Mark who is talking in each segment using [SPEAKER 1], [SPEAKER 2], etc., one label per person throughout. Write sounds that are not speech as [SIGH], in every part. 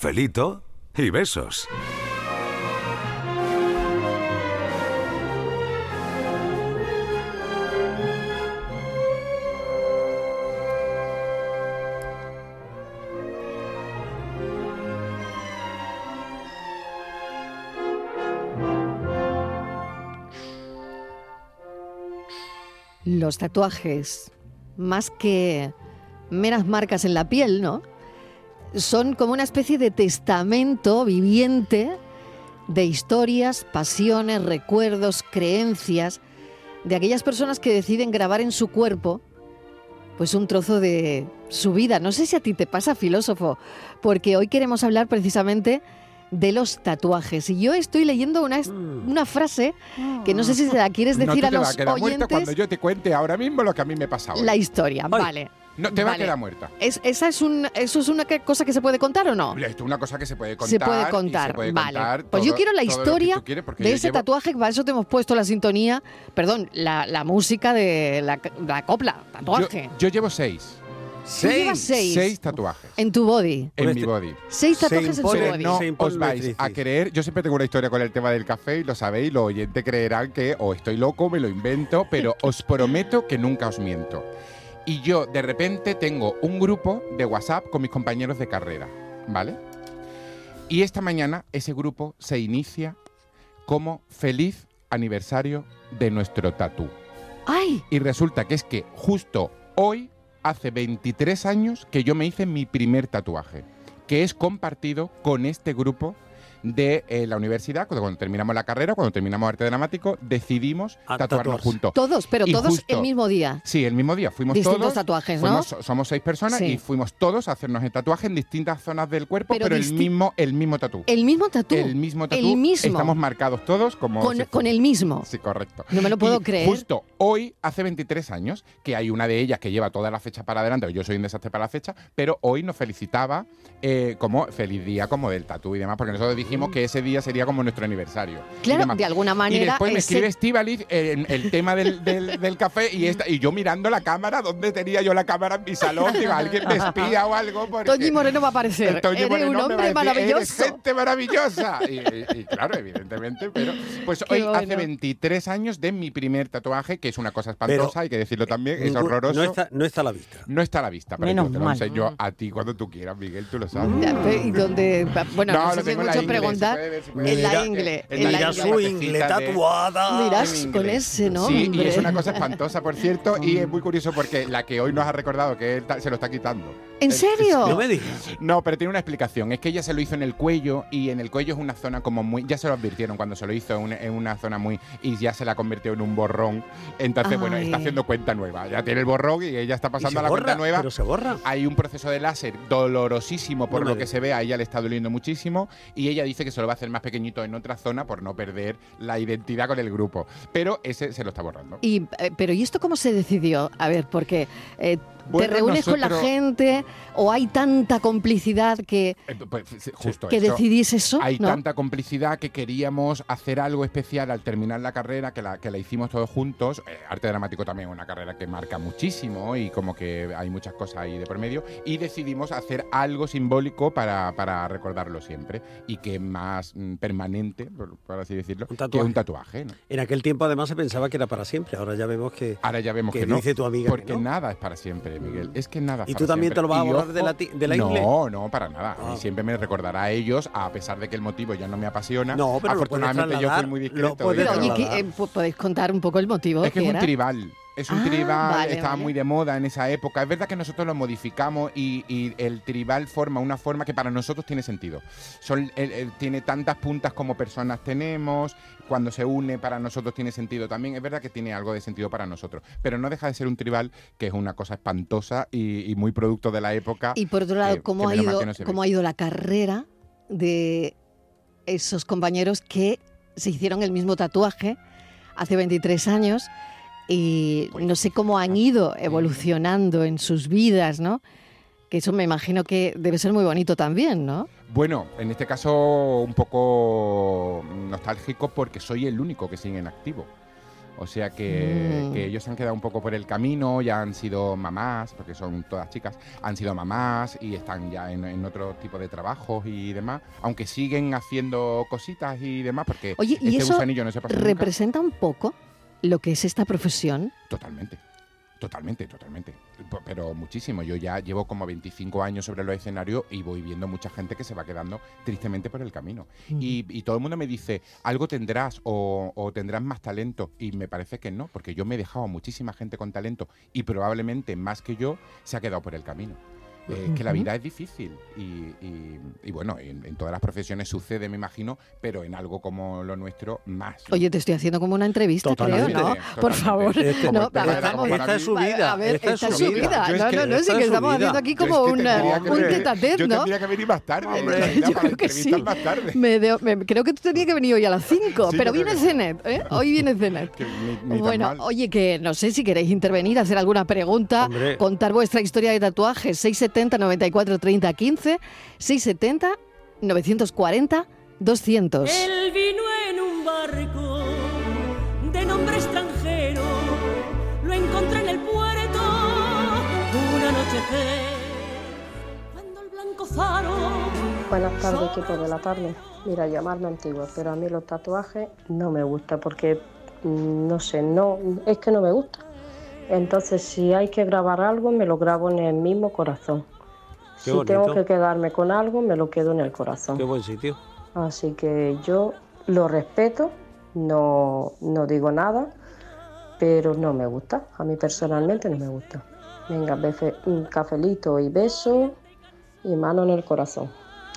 [SPEAKER 1] cafelito y besos.
[SPEAKER 2] Los tatuajes, más que meras marcas en la piel, ¿no? Son como una especie de testamento viviente de historias, pasiones, recuerdos, creencias de aquellas personas que deciden grabar en su cuerpo pues un trozo de su vida. No sé si a ti te pasa, filósofo, porque hoy queremos hablar precisamente de los tatuajes. Y yo estoy leyendo una, es- una frase que no sé si se la quieres
[SPEAKER 3] Mm. no,
[SPEAKER 2] decir
[SPEAKER 3] tú
[SPEAKER 2] a
[SPEAKER 3] te
[SPEAKER 2] los
[SPEAKER 3] vas a quedar muerta cuando
[SPEAKER 2] oyentes
[SPEAKER 3] yo te cuente ahora mismo lo que a mí me pasa hoy.
[SPEAKER 2] la historia. Vale.
[SPEAKER 3] No, te va a
[SPEAKER 2] Vale.
[SPEAKER 3] quedar muerta.
[SPEAKER 2] Es- esa es un, ¿Eso es una que- cosa que se puede contar o no?
[SPEAKER 3] Hombre, Esto es una cosa que se puede contar.
[SPEAKER 2] se
[SPEAKER 3] y
[SPEAKER 2] puede contar,
[SPEAKER 3] se puede
[SPEAKER 2] vale.
[SPEAKER 3] contar
[SPEAKER 2] pues yo
[SPEAKER 3] todo-
[SPEAKER 2] quiero la
[SPEAKER 3] todo lo que
[SPEAKER 2] historia
[SPEAKER 3] tú quieres, porque
[SPEAKER 2] de
[SPEAKER 3] yo
[SPEAKER 2] ese
[SPEAKER 3] llevo-
[SPEAKER 2] tatuaje, que para eso te hemos puesto la sintonía, perdón, la, la música de la, la copla, tatuaje.
[SPEAKER 3] Yo, yo llevo seis.
[SPEAKER 2] Tú llevas seis.
[SPEAKER 3] Seis tatuajes
[SPEAKER 2] En tu body.
[SPEAKER 3] en mi body.
[SPEAKER 2] Seis tatuajes en su
[SPEAKER 3] Pero
[SPEAKER 2] body.
[SPEAKER 3] este no
[SPEAKER 4] se impone
[SPEAKER 3] os
[SPEAKER 4] una
[SPEAKER 3] vais
[SPEAKER 4] actriz.
[SPEAKER 3] a creer. Yo siempre tengo una historia con el tema del café y lo sabéis, los oyentes creerán que o estoy loco, me lo invento, pero os prometo que nunca os miento. Y yo de repente tengo un grupo de WhatsApp con mis compañeros de carrera, ¿vale? Y esta mañana ese grupo se inicia como feliz aniversario de nuestro tatú.
[SPEAKER 2] ¡Ay!
[SPEAKER 3] Y resulta que es que justo hoy, hace 23 años, que yo me hice mi primer tatuaje, que es compartido con este grupo de eh, la universidad, cuando, cuando terminamos la carrera, cuando terminamos arte dramático, decidimos
[SPEAKER 4] A
[SPEAKER 3] tatuarnos
[SPEAKER 4] tatuarse.
[SPEAKER 3] juntos.
[SPEAKER 2] Todos, pero
[SPEAKER 3] Y
[SPEAKER 2] todos
[SPEAKER 3] justo-
[SPEAKER 2] el mismo día.
[SPEAKER 3] Sí, el mismo día fuimos
[SPEAKER 2] Distintos
[SPEAKER 3] todos.
[SPEAKER 2] tatuajes, ¿no?
[SPEAKER 3] fuimos- somos seis personas
[SPEAKER 2] Sí.
[SPEAKER 3] y fuimos todos a hacernos el tatuaje en distintas zonas del cuerpo,
[SPEAKER 2] Pero
[SPEAKER 3] pero, el
[SPEAKER 2] disti-
[SPEAKER 3] mismo, el mismo tatú.
[SPEAKER 2] El mismo tatú.
[SPEAKER 3] El mismo tatú.
[SPEAKER 2] El mismo.
[SPEAKER 3] Estamos marcados todos como
[SPEAKER 2] con,
[SPEAKER 3] si
[SPEAKER 2] con el mismo.
[SPEAKER 3] Sí, correcto.
[SPEAKER 2] No me lo puedo
[SPEAKER 3] Y
[SPEAKER 2] creer.
[SPEAKER 3] Justo hoy, hace 23 años, que hay una de ellas que lleva toda la fecha para adelante, yo soy un desastre para la fecha, pero hoy nos felicitaba eh, como feliz día, como del tatú y demás, porque nosotros dijimos que ese día sería como nuestro aniversario. y
[SPEAKER 2] Claro,
[SPEAKER 3] demás.
[SPEAKER 2] de alguna
[SPEAKER 3] Y
[SPEAKER 2] manera.
[SPEAKER 3] después me
[SPEAKER 2] ese-
[SPEAKER 3] escribe Estivaliz el, el tema del, del- del café y, esta, y yo mirando la cámara, ¿dónde tenía yo la cámara en mi salón? Digo,
[SPEAKER 2] [LAUGHS]
[SPEAKER 3] alguien me espía o algo. Porque
[SPEAKER 2] Toñi Moreno va a [LAUGHS] aparecer.
[SPEAKER 3] el Toñi
[SPEAKER 2] Eres
[SPEAKER 3] Moreno
[SPEAKER 2] un
[SPEAKER 3] me
[SPEAKER 2] hombre
[SPEAKER 3] va a decir,
[SPEAKER 2] maravilloso.
[SPEAKER 3] "Eres gente maravillosa. Y, y- y claro, evidentemente, pero pues
[SPEAKER 2] [LAUGHS] Qué
[SPEAKER 3] hoy hace
[SPEAKER 2] bueno.
[SPEAKER 3] 23 años de mi primer tatuaje, que es una cosa espantosa,
[SPEAKER 4] Pero-
[SPEAKER 3] hay que decirlo también, es
[SPEAKER 4] Ningún-
[SPEAKER 3] horroroso.
[SPEAKER 4] No está, no está a la vista.
[SPEAKER 3] a la vista, pero
[SPEAKER 5] Menos
[SPEAKER 3] yo te lo
[SPEAKER 5] mal.
[SPEAKER 3] enseño a ti cuando tú quieras, Miguel, tú lo sabes.
[SPEAKER 2] Ya, pe- y donde- bueno, no,
[SPEAKER 3] lo
[SPEAKER 2] sé si es
[SPEAKER 3] tengo en la
[SPEAKER 2] mucho
[SPEAKER 3] ingle, se
[SPEAKER 2] preguntar.
[SPEAKER 3] puede ver, eh, se puede
[SPEAKER 2] En la
[SPEAKER 3] ver.
[SPEAKER 2] ingle.
[SPEAKER 3] En
[SPEAKER 2] en la
[SPEAKER 3] la
[SPEAKER 4] Mira
[SPEAKER 2] ingle.
[SPEAKER 4] su ingle
[SPEAKER 3] partecita de-
[SPEAKER 4] tatuada.
[SPEAKER 2] Mirás
[SPEAKER 3] en
[SPEAKER 2] con
[SPEAKER 3] inglés.
[SPEAKER 2] ese
[SPEAKER 3] Sí,
[SPEAKER 2] nombre.
[SPEAKER 3] y es una cosa espantosa, por cierto, y es muy curioso porque la que hoy nos ha recordado que él ta- se lo está quitando.
[SPEAKER 2] ¿En
[SPEAKER 3] [LAUGHS]
[SPEAKER 2] serio?
[SPEAKER 4] No me digas.
[SPEAKER 3] No, pero tiene una explicación. Es que ella se lo hizo en el cuello y en el cuello es una zona como muy. Ya se lo advirtieron cuando se lo hizo, en una- en una zona muy. Y ya se la convirtió en un borrón. Entonces, bueno,
[SPEAKER 2] Ay.
[SPEAKER 3] está haciendo cuenta nueva. Ya tiene el borrón y ella está
[SPEAKER 4] Y se
[SPEAKER 3] pasando a la
[SPEAKER 4] borra,
[SPEAKER 3] cuenta nueva.
[SPEAKER 4] Pero se borra.
[SPEAKER 3] Hay un proceso de láser dolorosísimo por
[SPEAKER 4] No me
[SPEAKER 3] lo que
[SPEAKER 4] digas.
[SPEAKER 3] se ve. A ella le está doliendo muchísimo. Y ella dice que se lo va a hacer más pequeñito en otra zona por no perder la identidad con el grupo. Pero ese se lo está borrando.
[SPEAKER 2] Y, eh, pero ¿y esto cómo se decidió? A ver, porque eh,
[SPEAKER 3] Bueno,
[SPEAKER 2] te reúnes con la
[SPEAKER 3] nosotros-
[SPEAKER 2] gente o hay tanta complicidad que,
[SPEAKER 3] Eh, pues, justo
[SPEAKER 2] que
[SPEAKER 3] eso.
[SPEAKER 2] decidís eso.
[SPEAKER 3] Hay
[SPEAKER 2] ¿no?
[SPEAKER 3] tanta complicidad que queríamos hacer algo especial al terminar la carrera, que la, que la hicimos todos juntos. Eh, arte dramático también es una carrera que marca muchísimo y como que hay muchas cosas ahí de por medio. Y decidimos hacer algo simbólico para, para recordarlo siempre y que más mm, permanente, por, por así decirlo,
[SPEAKER 4] Un
[SPEAKER 3] que
[SPEAKER 4] tatuaje.
[SPEAKER 3] un tatuaje. ¿no?
[SPEAKER 4] En aquel tiempo además se pensaba que era para siempre. Ahora ya vemos que.
[SPEAKER 3] Ahora ya vemos
[SPEAKER 4] Que
[SPEAKER 3] que, no.
[SPEAKER 4] dice tu amiga que
[SPEAKER 3] porque
[SPEAKER 4] no.
[SPEAKER 3] nada es para siempre, Miguel. Es que nada. es
[SPEAKER 4] ¿Y
[SPEAKER 3] para
[SPEAKER 4] tú también
[SPEAKER 3] siempre.
[SPEAKER 4] te lo vas a
[SPEAKER 3] Y
[SPEAKER 4] borrar
[SPEAKER 3] ojo,
[SPEAKER 4] de la ti- de la ingle?
[SPEAKER 3] No, no, para nada. A mí
[SPEAKER 4] Ah.
[SPEAKER 3] siempre me recordará a ellos, a pesar de que el motivo ya no me apasiona.
[SPEAKER 4] No, pero lo puedes
[SPEAKER 3] afortunadamente yo fui
[SPEAKER 4] trasladar,
[SPEAKER 3] muy
[SPEAKER 4] lo
[SPEAKER 3] discreto.
[SPEAKER 4] puedes
[SPEAKER 3] y-
[SPEAKER 2] Pero, oye,
[SPEAKER 4] trasladar.
[SPEAKER 2] ¿qué- eh, po- ¿podéis contar un poco el motivo?
[SPEAKER 3] es que es un
[SPEAKER 2] era?
[SPEAKER 3] tribal. Es un
[SPEAKER 2] Ah,
[SPEAKER 3] tribal,
[SPEAKER 2] vale,
[SPEAKER 3] estaba
[SPEAKER 2] vale.
[SPEAKER 3] muy de moda en esa época. Es verdad que nosotros lo modificamos y, y el tribal forma una forma que para nosotros tiene sentido. Son, el- el- tiene tantas puntas como personas tenemos. Cuando se une para nosotros tiene sentido también. Es verdad que tiene algo de sentido para nosotros. Pero no deja de ser un tribal que es una cosa espantosa y, y muy producto de la época.
[SPEAKER 2] Y por otro lado,
[SPEAKER 3] que-
[SPEAKER 2] ¿cómo,
[SPEAKER 3] que
[SPEAKER 2] ha
[SPEAKER 3] menos mal
[SPEAKER 2] ido,
[SPEAKER 3] que no se ve.
[SPEAKER 2] ¿cómo ha ido la carrera de esos compañeros que se hicieron el mismo tatuaje hace 23 años? Y
[SPEAKER 3] Pues,
[SPEAKER 2] no sé cómo han ido evolucionando en sus vidas, ¿no? Que eso me imagino que debe ser muy bonito también, ¿no?
[SPEAKER 3] Bueno, en este caso un poco nostálgico porque soy el único que sigue en activo. O sea que,
[SPEAKER 2] Mm.
[SPEAKER 3] que ellos han quedado un poco por el camino, ya han sido mamás, porque son todas chicas, han sido mamás y están ya en, en otro tipo de trabajos y demás, aunque siguen haciendo cositas y demás, porque
[SPEAKER 2] Oye,
[SPEAKER 3] este
[SPEAKER 2] ¿y eso
[SPEAKER 3] gusanillo no se pasa nunca.
[SPEAKER 2] representa un poco lo que es esta profesión?
[SPEAKER 3] Totalmente. Totalmente, totalmente. P- Pero muchísimo. Yo ya llevo como 25 años sobre los escenarios y voy viendo mucha gente que se va quedando tristemente por el camino. Y, y todo el mundo me dice, algo tendrás o, o tendrás más talento. Y me parece que no, porque yo me he dejado a muchísima gente con talento y probablemente más que yo se ha quedado por el camino. Eh, es que la
[SPEAKER 2] Ujú.
[SPEAKER 3] vida es difícil y, y- y bueno, en, en todas las profesiones sucede, me imagino, pero en algo como lo nuestro, más. ¿no?
[SPEAKER 2] Oye, te estoy haciendo como una entrevista, creo,
[SPEAKER 4] Totalmente,
[SPEAKER 2] ¿no? Por
[SPEAKER 3] totalmente.
[SPEAKER 2] favor.
[SPEAKER 4] Este-
[SPEAKER 2] no,
[SPEAKER 3] Esta-
[SPEAKER 2] avanzamos.
[SPEAKER 3] esta
[SPEAKER 4] es su vida,
[SPEAKER 2] A ver,
[SPEAKER 4] esta
[SPEAKER 2] esta,
[SPEAKER 4] es
[SPEAKER 2] es
[SPEAKER 4] su
[SPEAKER 2] su
[SPEAKER 4] vida.
[SPEAKER 2] vida.
[SPEAKER 3] este, Yo es
[SPEAKER 2] No,
[SPEAKER 3] que-
[SPEAKER 2] no, no,
[SPEAKER 4] esta
[SPEAKER 2] sí
[SPEAKER 4] es
[SPEAKER 2] que
[SPEAKER 4] su
[SPEAKER 2] estamos
[SPEAKER 4] vida.
[SPEAKER 2] haciendo aquí
[SPEAKER 3] Yo es
[SPEAKER 2] como
[SPEAKER 3] que
[SPEAKER 2] una,
[SPEAKER 3] tendría que
[SPEAKER 2] un
[SPEAKER 3] venir-
[SPEAKER 2] tetatet,
[SPEAKER 3] Yo
[SPEAKER 2] ¿no?
[SPEAKER 3] tendría que venir más tarde.
[SPEAKER 4] Hombre,
[SPEAKER 3] en realidad,
[SPEAKER 2] yo
[SPEAKER 3] para
[SPEAKER 2] creo que
[SPEAKER 3] entrevistas
[SPEAKER 2] sí.
[SPEAKER 3] más tarde.
[SPEAKER 2] Me deo- me- creo que tú tenías que venir hoy a las
[SPEAKER 3] Sí,
[SPEAKER 2] 5, pero
[SPEAKER 3] yo creo
[SPEAKER 2] viene
[SPEAKER 3] que sí.
[SPEAKER 2] Zenet, ¿eh? Hoy viene Zenet.
[SPEAKER 3] Que ni- ni tan
[SPEAKER 2] Bueno,
[SPEAKER 3] mal.
[SPEAKER 2] oye, que no sé si queréis intervenir, hacer alguna pregunta,
[SPEAKER 4] Hombre.
[SPEAKER 2] contar vuestra historia de tatuajes. 670 94 30 15, 670 940 200.
[SPEAKER 5] Él vino en un barco de nombre extranjero. Lo encontré en el puerto un anochecer. Cuando el blanco faro.
[SPEAKER 6] Buenas tardes, equipo de la tarde. Mira, llamarme antigua, pero a mí los tatuajes no me gusta porque, mm, no sé, no, es que no me gusta. Entonces, si hay que grabar algo, me lo grabo en el mismo corazón.
[SPEAKER 4] Qué
[SPEAKER 6] si tengo
[SPEAKER 4] bonito.
[SPEAKER 6] que quedarme con algo, me lo quedo en el corazón.
[SPEAKER 4] Qué buen sitio.
[SPEAKER 6] Así que yo lo respeto, no, no digo nada, pero no me gusta. A mí personalmente no me gusta. Venga, befe- un cafelito y beso y mano en el corazón.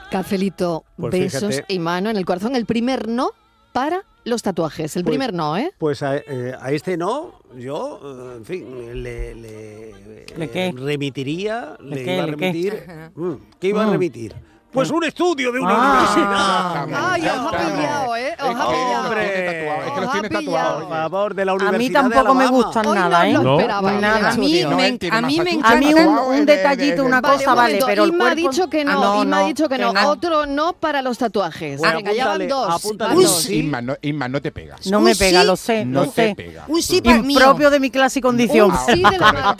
[SPEAKER 2] Cafelito,
[SPEAKER 4] Pues
[SPEAKER 2] besos
[SPEAKER 4] fíjate.
[SPEAKER 2] y mano en el corazón. El primer no para los tatuajes. El
[SPEAKER 4] Pues-
[SPEAKER 2] primer no, ¿eh?
[SPEAKER 4] Pues a, eh, a este no, yo, eh, en fin, le, le,
[SPEAKER 7] ¿Le
[SPEAKER 4] eh,
[SPEAKER 7] qué?
[SPEAKER 4] remitiría, le,
[SPEAKER 7] qué?
[SPEAKER 4] iba a
[SPEAKER 7] ¿Le qué?
[SPEAKER 2] [LAUGHS]
[SPEAKER 4] remitir. Mm, ¿Qué iba a
[SPEAKER 7] Mm.
[SPEAKER 4] remitir? Pues un estudio de una
[SPEAKER 7] Ah.
[SPEAKER 4] universidad.
[SPEAKER 2] Ay, os ha
[SPEAKER 3] Claro.
[SPEAKER 2] pillado, ¿eh? Os
[SPEAKER 4] Es
[SPEAKER 2] ha
[SPEAKER 4] que-
[SPEAKER 2] pillado.
[SPEAKER 4] hombre,
[SPEAKER 3] Es que
[SPEAKER 2] Os
[SPEAKER 3] los
[SPEAKER 2] ha
[SPEAKER 3] tiene
[SPEAKER 2] pillado.
[SPEAKER 4] Por
[SPEAKER 3] tatuados. oye.
[SPEAKER 4] favor, de la
[SPEAKER 7] A mí
[SPEAKER 4] universidad de
[SPEAKER 7] tampoco me
[SPEAKER 4] Alabama.
[SPEAKER 7] gustan
[SPEAKER 2] Hoy no
[SPEAKER 7] nada, ¿eh?
[SPEAKER 2] lo
[SPEAKER 8] No,
[SPEAKER 2] esperaba.
[SPEAKER 7] para nada.
[SPEAKER 8] A mí,
[SPEAKER 3] No,
[SPEAKER 8] me,
[SPEAKER 3] él tiene
[SPEAKER 8] a
[SPEAKER 3] más
[SPEAKER 8] mí me
[SPEAKER 3] tatuajes.
[SPEAKER 8] encanta
[SPEAKER 3] A mí un-
[SPEAKER 8] un,
[SPEAKER 3] de- de-
[SPEAKER 8] detallito,
[SPEAKER 3] de-
[SPEAKER 8] una
[SPEAKER 3] Vale,
[SPEAKER 8] cosa,
[SPEAKER 2] un
[SPEAKER 8] vale,
[SPEAKER 2] momento.
[SPEAKER 8] pero el
[SPEAKER 2] Inma ha
[SPEAKER 8] cuerpo-
[SPEAKER 2] dicho que no,
[SPEAKER 8] Ah,
[SPEAKER 2] Inma ha dicho que no.
[SPEAKER 8] nada.
[SPEAKER 2] Otro no para los tatuajes.
[SPEAKER 4] Bueno,
[SPEAKER 2] Venga, ya van
[SPEAKER 4] apúntale,
[SPEAKER 2] dos.
[SPEAKER 4] apúntale
[SPEAKER 2] van
[SPEAKER 8] un
[SPEAKER 2] dos.
[SPEAKER 4] sí.
[SPEAKER 3] Inma, no, Inma, no te pegas.
[SPEAKER 8] No me
[SPEAKER 7] Un
[SPEAKER 8] pega,
[SPEAKER 7] sí.
[SPEAKER 8] lo sé,
[SPEAKER 3] No
[SPEAKER 8] lo
[SPEAKER 3] te
[SPEAKER 8] sé.
[SPEAKER 3] pega.
[SPEAKER 7] Un sí para mí.
[SPEAKER 8] Impropio de mi clase y condición.
[SPEAKER 2] Un sí de la
[SPEAKER 8] [LAUGHS]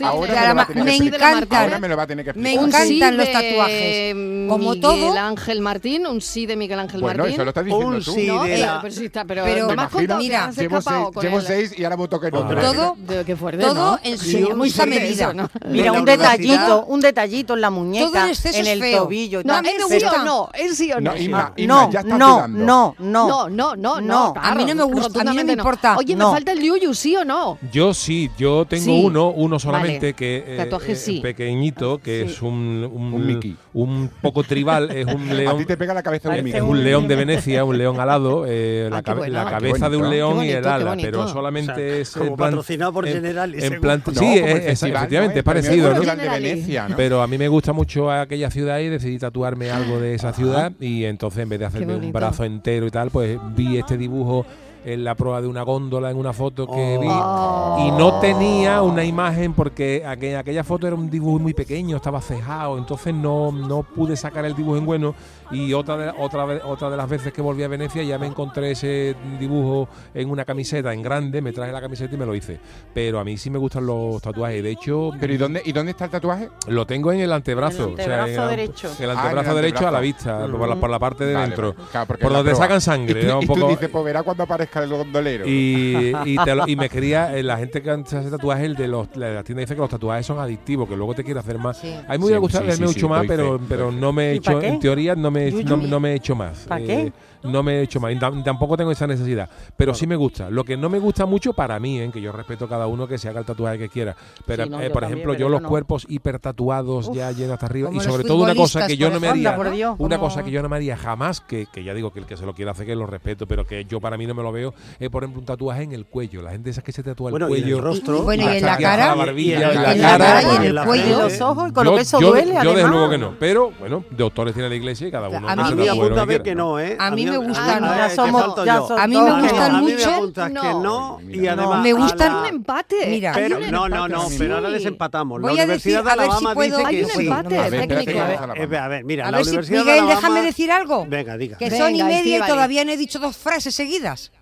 [SPEAKER 3] Ahora-
[SPEAKER 2] Martínez.
[SPEAKER 3] ahora
[SPEAKER 8] me lo va a tener que
[SPEAKER 2] Un sí de la
[SPEAKER 8] explicar.
[SPEAKER 2] Martínez.
[SPEAKER 3] Ahora me lo va a tener que
[SPEAKER 8] Me
[SPEAKER 3] explicar.
[SPEAKER 2] Un
[SPEAKER 8] encanta. encantan
[SPEAKER 2] sí
[SPEAKER 8] los
[SPEAKER 2] de
[SPEAKER 8] tatuajes. Como
[SPEAKER 2] Miguel
[SPEAKER 8] todo-
[SPEAKER 2] Ángel Martín, un sí de Miguel Ángel
[SPEAKER 3] Bueno,
[SPEAKER 2] Martín.
[SPEAKER 3] eso lo estás diciendo
[SPEAKER 4] Un
[SPEAKER 3] tú.
[SPEAKER 4] sí
[SPEAKER 2] No,
[SPEAKER 4] de
[SPEAKER 2] eh,
[SPEAKER 4] la-
[SPEAKER 2] pero sí está, pero,
[SPEAKER 7] Pero-
[SPEAKER 2] no
[SPEAKER 3] Me
[SPEAKER 2] me has
[SPEAKER 3] imagino,
[SPEAKER 2] contado,
[SPEAKER 8] mira,
[SPEAKER 2] te has
[SPEAKER 3] llevo
[SPEAKER 2] escapado
[SPEAKER 3] seis,
[SPEAKER 2] con
[SPEAKER 3] llevo
[SPEAKER 2] él.
[SPEAKER 3] seis y ahora voto que no.
[SPEAKER 4] Hombre.
[SPEAKER 8] Todo-
[SPEAKER 2] De- qué fuerte,
[SPEAKER 7] Todo
[SPEAKER 2] ¿no?
[SPEAKER 7] en
[SPEAKER 2] Sí,
[SPEAKER 7] su
[SPEAKER 2] muy
[SPEAKER 7] justa
[SPEAKER 2] fuerte
[SPEAKER 7] medida.
[SPEAKER 2] eso, ¿no?
[SPEAKER 8] Mira,
[SPEAKER 4] De la
[SPEAKER 8] un
[SPEAKER 4] universidad.
[SPEAKER 8] detallito, un detallito en la
[SPEAKER 7] Todo
[SPEAKER 8] muñeca,
[SPEAKER 7] en exceso
[SPEAKER 8] en
[SPEAKER 7] es
[SPEAKER 8] el
[SPEAKER 7] feo.
[SPEAKER 8] tobillo.
[SPEAKER 2] No,
[SPEAKER 7] A mí
[SPEAKER 2] ¿es
[SPEAKER 7] me
[SPEAKER 2] sí
[SPEAKER 7] gusta.
[SPEAKER 2] o no? ¿Es sí o no?
[SPEAKER 3] No, Inma, Inma,
[SPEAKER 8] No,
[SPEAKER 3] ya estás
[SPEAKER 8] no,
[SPEAKER 3] sudando.
[SPEAKER 8] no,
[SPEAKER 2] No,
[SPEAKER 8] no.
[SPEAKER 2] no,
[SPEAKER 8] No,
[SPEAKER 2] no, no.
[SPEAKER 7] a mí no me gusta, a mí no me
[SPEAKER 2] rotundamente
[SPEAKER 7] importa.
[SPEAKER 2] Oye,
[SPEAKER 8] No.
[SPEAKER 2] me falta el Yuyu, ¿sí o no?
[SPEAKER 9] Yo sí, yo tengo
[SPEAKER 2] Sí.
[SPEAKER 9] uno, uno solamente que eh,
[SPEAKER 2] Tatuaje
[SPEAKER 9] eh,
[SPEAKER 2] sí.
[SPEAKER 9] pequeñito, que es un un,
[SPEAKER 3] Un Mickey.
[SPEAKER 9] un poco tribal, es un
[SPEAKER 3] [LAUGHS] A ti
[SPEAKER 9] león, eh,
[SPEAKER 3] te pega la cabeza un
[SPEAKER 8] Parece
[SPEAKER 9] es
[SPEAKER 3] Mickey.
[SPEAKER 9] un león de Venecia, un león alado, eh,
[SPEAKER 2] Ah,
[SPEAKER 9] la,
[SPEAKER 2] qué
[SPEAKER 9] cabe-
[SPEAKER 2] bueno.
[SPEAKER 9] la
[SPEAKER 2] Ah, qué
[SPEAKER 9] cabeza de
[SPEAKER 3] bonito.
[SPEAKER 9] un león
[SPEAKER 2] Qué
[SPEAKER 9] y el
[SPEAKER 2] bonito, qué
[SPEAKER 9] ala,
[SPEAKER 2] bonito.
[SPEAKER 9] pero solamente es
[SPEAKER 4] como
[SPEAKER 9] en plan-
[SPEAKER 4] patrocinado por
[SPEAKER 9] en-
[SPEAKER 4] Generali,
[SPEAKER 9] en
[SPEAKER 4] seguro.
[SPEAKER 9] plan-
[SPEAKER 3] No,
[SPEAKER 9] sí,
[SPEAKER 3] como
[SPEAKER 9] es-
[SPEAKER 3] el
[SPEAKER 9] es-
[SPEAKER 3] festival,
[SPEAKER 9] efectivamente
[SPEAKER 3] ¿no?
[SPEAKER 9] es parecido,
[SPEAKER 3] El
[SPEAKER 9] ¿no?
[SPEAKER 3] festival de
[SPEAKER 2] Generali.
[SPEAKER 3] Venecia, ¿no?
[SPEAKER 9] Pero a mí me gusta mucho aquella ciudad y decidí tatuarme algo de
[SPEAKER 3] Ah.
[SPEAKER 9] esa ciudad y entonces en vez de hacerme un
[SPEAKER 2] bonito.
[SPEAKER 9] brazo entero y tal, pues vi este dibujo en la proa de una góndola en una foto que vi
[SPEAKER 2] Oh.
[SPEAKER 9] y no tenía una imagen porque aqu- en aquella foto era un dibujo muy pequeño, estaba cejado, entonces no, no pude sacar el dibujo en bueno y otra de, otra, vez- otra de las veces que volví a Venecia ya me encontré ese dibujo en una camiseta en grande, me traje la camiseta y me lo hice. Pero a mí sí me gustan los tatuajes, de hecho
[SPEAKER 3] Pero ¿y dónde, ¿y dónde está el tatuaje?
[SPEAKER 9] lo tengo en el antebrazo.
[SPEAKER 8] El antebrazo
[SPEAKER 9] o sea, en el-
[SPEAKER 8] derecho.
[SPEAKER 9] en El
[SPEAKER 3] Ah, en el
[SPEAKER 9] antebrazo derecho a la
[SPEAKER 3] antebrazo.
[SPEAKER 9] vista, por la, por la parte de
[SPEAKER 3] Vale,
[SPEAKER 9] dentro.
[SPEAKER 3] vale. Claro, porque
[SPEAKER 9] por
[SPEAKER 3] la
[SPEAKER 9] donde
[SPEAKER 3] prueba.
[SPEAKER 9] sacan
[SPEAKER 3] Y tú,
[SPEAKER 9] sangre. ¿no?
[SPEAKER 3] y
[SPEAKER 9] Un
[SPEAKER 3] tú
[SPEAKER 9] poco-
[SPEAKER 3] dices, pues verá cuando aparezca el gondolero.
[SPEAKER 9] y, y te lo- y me quería, eh, la gente que se hace tatuajes, el de los, la, la tienda dice que los tatuajes son adictivos, que luego te quiere hacer más.
[SPEAKER 7] Sí.
[SPEAKER 9] A mí me hubiera
[SPEAKER 3] Sí,
[SPEAKER 9] gustado
[SPEAKER 3] sí,
[SPEAKER 9] hacerme
[SPEAKER 3] sí,
[SPEAKER 9] mucho
[SPEAKER 3] sí,
[SPEAKER 9] más,
[SPEAKER 3] doy
[SPEAKER 9] pero,
[SPEAKER 3] fe,
[SPEAKER 9] pero
[SPEAKER 3] doy fe.
[SPEAKER 9] no me he
[SPEAKER 8] ¿Y pa'
[SPEAKER 9] hecho,
[SPEAKER 8] qué?
[SPEAKER 9] en teoría no me, he-
[SPEAKER 8] Yuyu.
[SPEAKER 9] no, me- no me he hecho más.
[SPEAKER 8] ¿Pa
[SPEAKER 9] Eh,
[SPEAKER 8] qué?
[SPEAKER 9] no me he hecho más, y tam- tampoco tengo esa necesidad, pero sí me gusta. Lo que no me gusta mucho para mí, eh, que yo respeto a cada uno que se haga el tatuaje que quiera, pero
[SPEAKER 8] Sí, no,
[SPEAKER 9] eh,
[SPEAKER 8] yo
[SPEAKER 9] por
[SPEAKER 8] también,
[SPEAKER 9] ejemplo,
[SPEAKER 8] pero
[SPEAKER 9] yo
[SPEAKER 8] yo
[SPEAKER 9] los
[SPEAKER 8] no.
[SPEAKER 9] cuerpos hipertatuados ya
[SPEAKER 8] Uf,
[SPEAKER 9] llenos hasta arriba,
[SPEAKER 7] como
[SPEAKER 9] y
[SPEAKER 7] los
[SPEAKER 9] sobre todo una cosa
[SPEAKER 7] futbolistas,
[SPEAKER 9] que yo no me
[SPEAKER 7] por ejemplo,
[SPEAKER 9] haría,
[SPEAKER 8] por Dios,
[SPEAKER 9] una
[SPEAKER 8] como-
[SPEAKER 9] cosa que yo no me haría jamás, que, que ya digo que el que se lo quiera hacer que lo respeto, pero que yo para mí no me lo veo, es por ejemplo un tatuaje en el cuello. La gente esa que se tatúa el
[SPEAKER 4] Bueno, y en el
[SPEAKER 9] cuello.
[SPEAKER 4] rostro.
[SPEAKER 7] Y- y bueno,
[SPEAKER 9] y
[SPEAKER 4] hasta
[SPEAKER 9] en la
[SPEAKER 4] que
[SPEAKER 9] cara,
[SPEAKER 4] haga
[SPEAKER 9] y en la
[SPEAKER 4] en
[SPEAKER 9] cara, y en
[SPEAKER 4] porque
[SPEAKER 7] el
[SPEAKER 4] la
[SPEAKER 7] cuello.
[SPEAKER 8] Y
[SPEAKER 4] gente-
[SPEAKER 8] los ojos, y con lo que eso
[SPEAKER 9] yo,
[SPEAKER 8] duele,
[SPEAKER 9] yo desde
[SPEAKER 8] además.
[SPEAKER 9] luego que no, pero bueno, de doctores tiene la iglesia y cada uno.
[SPEAKER 7] A
[SPEAKER 9] que
[SPEAKER 4] A
[SPEAKER 9] se tatúe
[SPEAKER 4] mí
[SPEAKER 9] lo que
[SPEAKER 4] apúntame
[SPEAKER 9] quiera,
[SPEAKER 4] que no, ¿eh?
[SPEAKER 7] A mí
[SPEAKER 4] A
[SPEAKER 7] me
[SPEAKER 4] a-
[SPEAKER 7] gustan,
[SPEAKER 4] a ver,
[SPEAKER 8] ya
[SPEAKER 4] que
[SPEAKER 8] somos-
[SPEAKER 4] falto
[SPEAKER 8] ya
[SPEAKER 4] yo.
[SPEAKER 8] so-
[SPEAKER 7] A mí me
[SPEAKER 4] Ah, no,
[SPEAKER 7] gustan
[SPEAKER 4] a mí me
[SPEAKER 7] mucho.
[SPEAKER 4] apuntas que
[SPEAKER 2] No.
[SPEAKER 4] no, y
[SPEAKER 3] No.
[SPEAKER 4] además
[SPEAKER 7] Me
[SPEAKER 4] a
[SPEAKER 7] gustan-
[SPEAKER 2] Hay un
[SPEAKER 4] la-
[SPEAKER 2] empate.
[SPEAKER 7] Mira.
[SPEAKER 2] Hay
[SPEAKER 4] Pero,
[SPEAKER 2] un
[SPEAKER 4] no, no,
[SPEAKER 2] empate,
[SPEAKER 4] no,
[SPEAKER 2] sí.
[SPEAKER 4] pero ahora les empatamos.
[SPEAKER 7] Voy
[SPEAKER 4] la
[SPEAKER 7] a
[SPEAKER 4] Universidad
[SPEAKER 7] decir,
[SPEAKER 4] de
[SPEAKER 7] a ver si
[SPEAKER 4] Alabama
[SPEAKER 7] puedo-
[SPEAKER 4] dice
[SPEAKER 2] Hay
[SPEAKER 4] que
[SPEAKER 2] un
[SPEAKER 4] sí.
[SPEAKER 2] empate
[SPEAKER 3] A ver, espérate,
[SPEAKER 2] técnico.
[SPEAKER 3] que vamos a la-
[SPEAKER 4] Eh, a ver, mira,
[SPEAKER 7] A
[SPEAKER 4] la
[SPEAKER 7] ver si
[SPEAKER 4] Universidad de
[SPEAKER 7] Miguel,
[SPEAKER 4] Alabama-
[SPEAKER 7] déjame decir algo.
[SPEAKER 4] Venga, diga.
[SPEAKER 7] Que
[SPEAKER 2] Venga,
[SPEAKER 7] son y media y
[SPEAKER 2] Estíbaliz.
[SPEAKER 7] todavía no he dicho dos frases seguidas.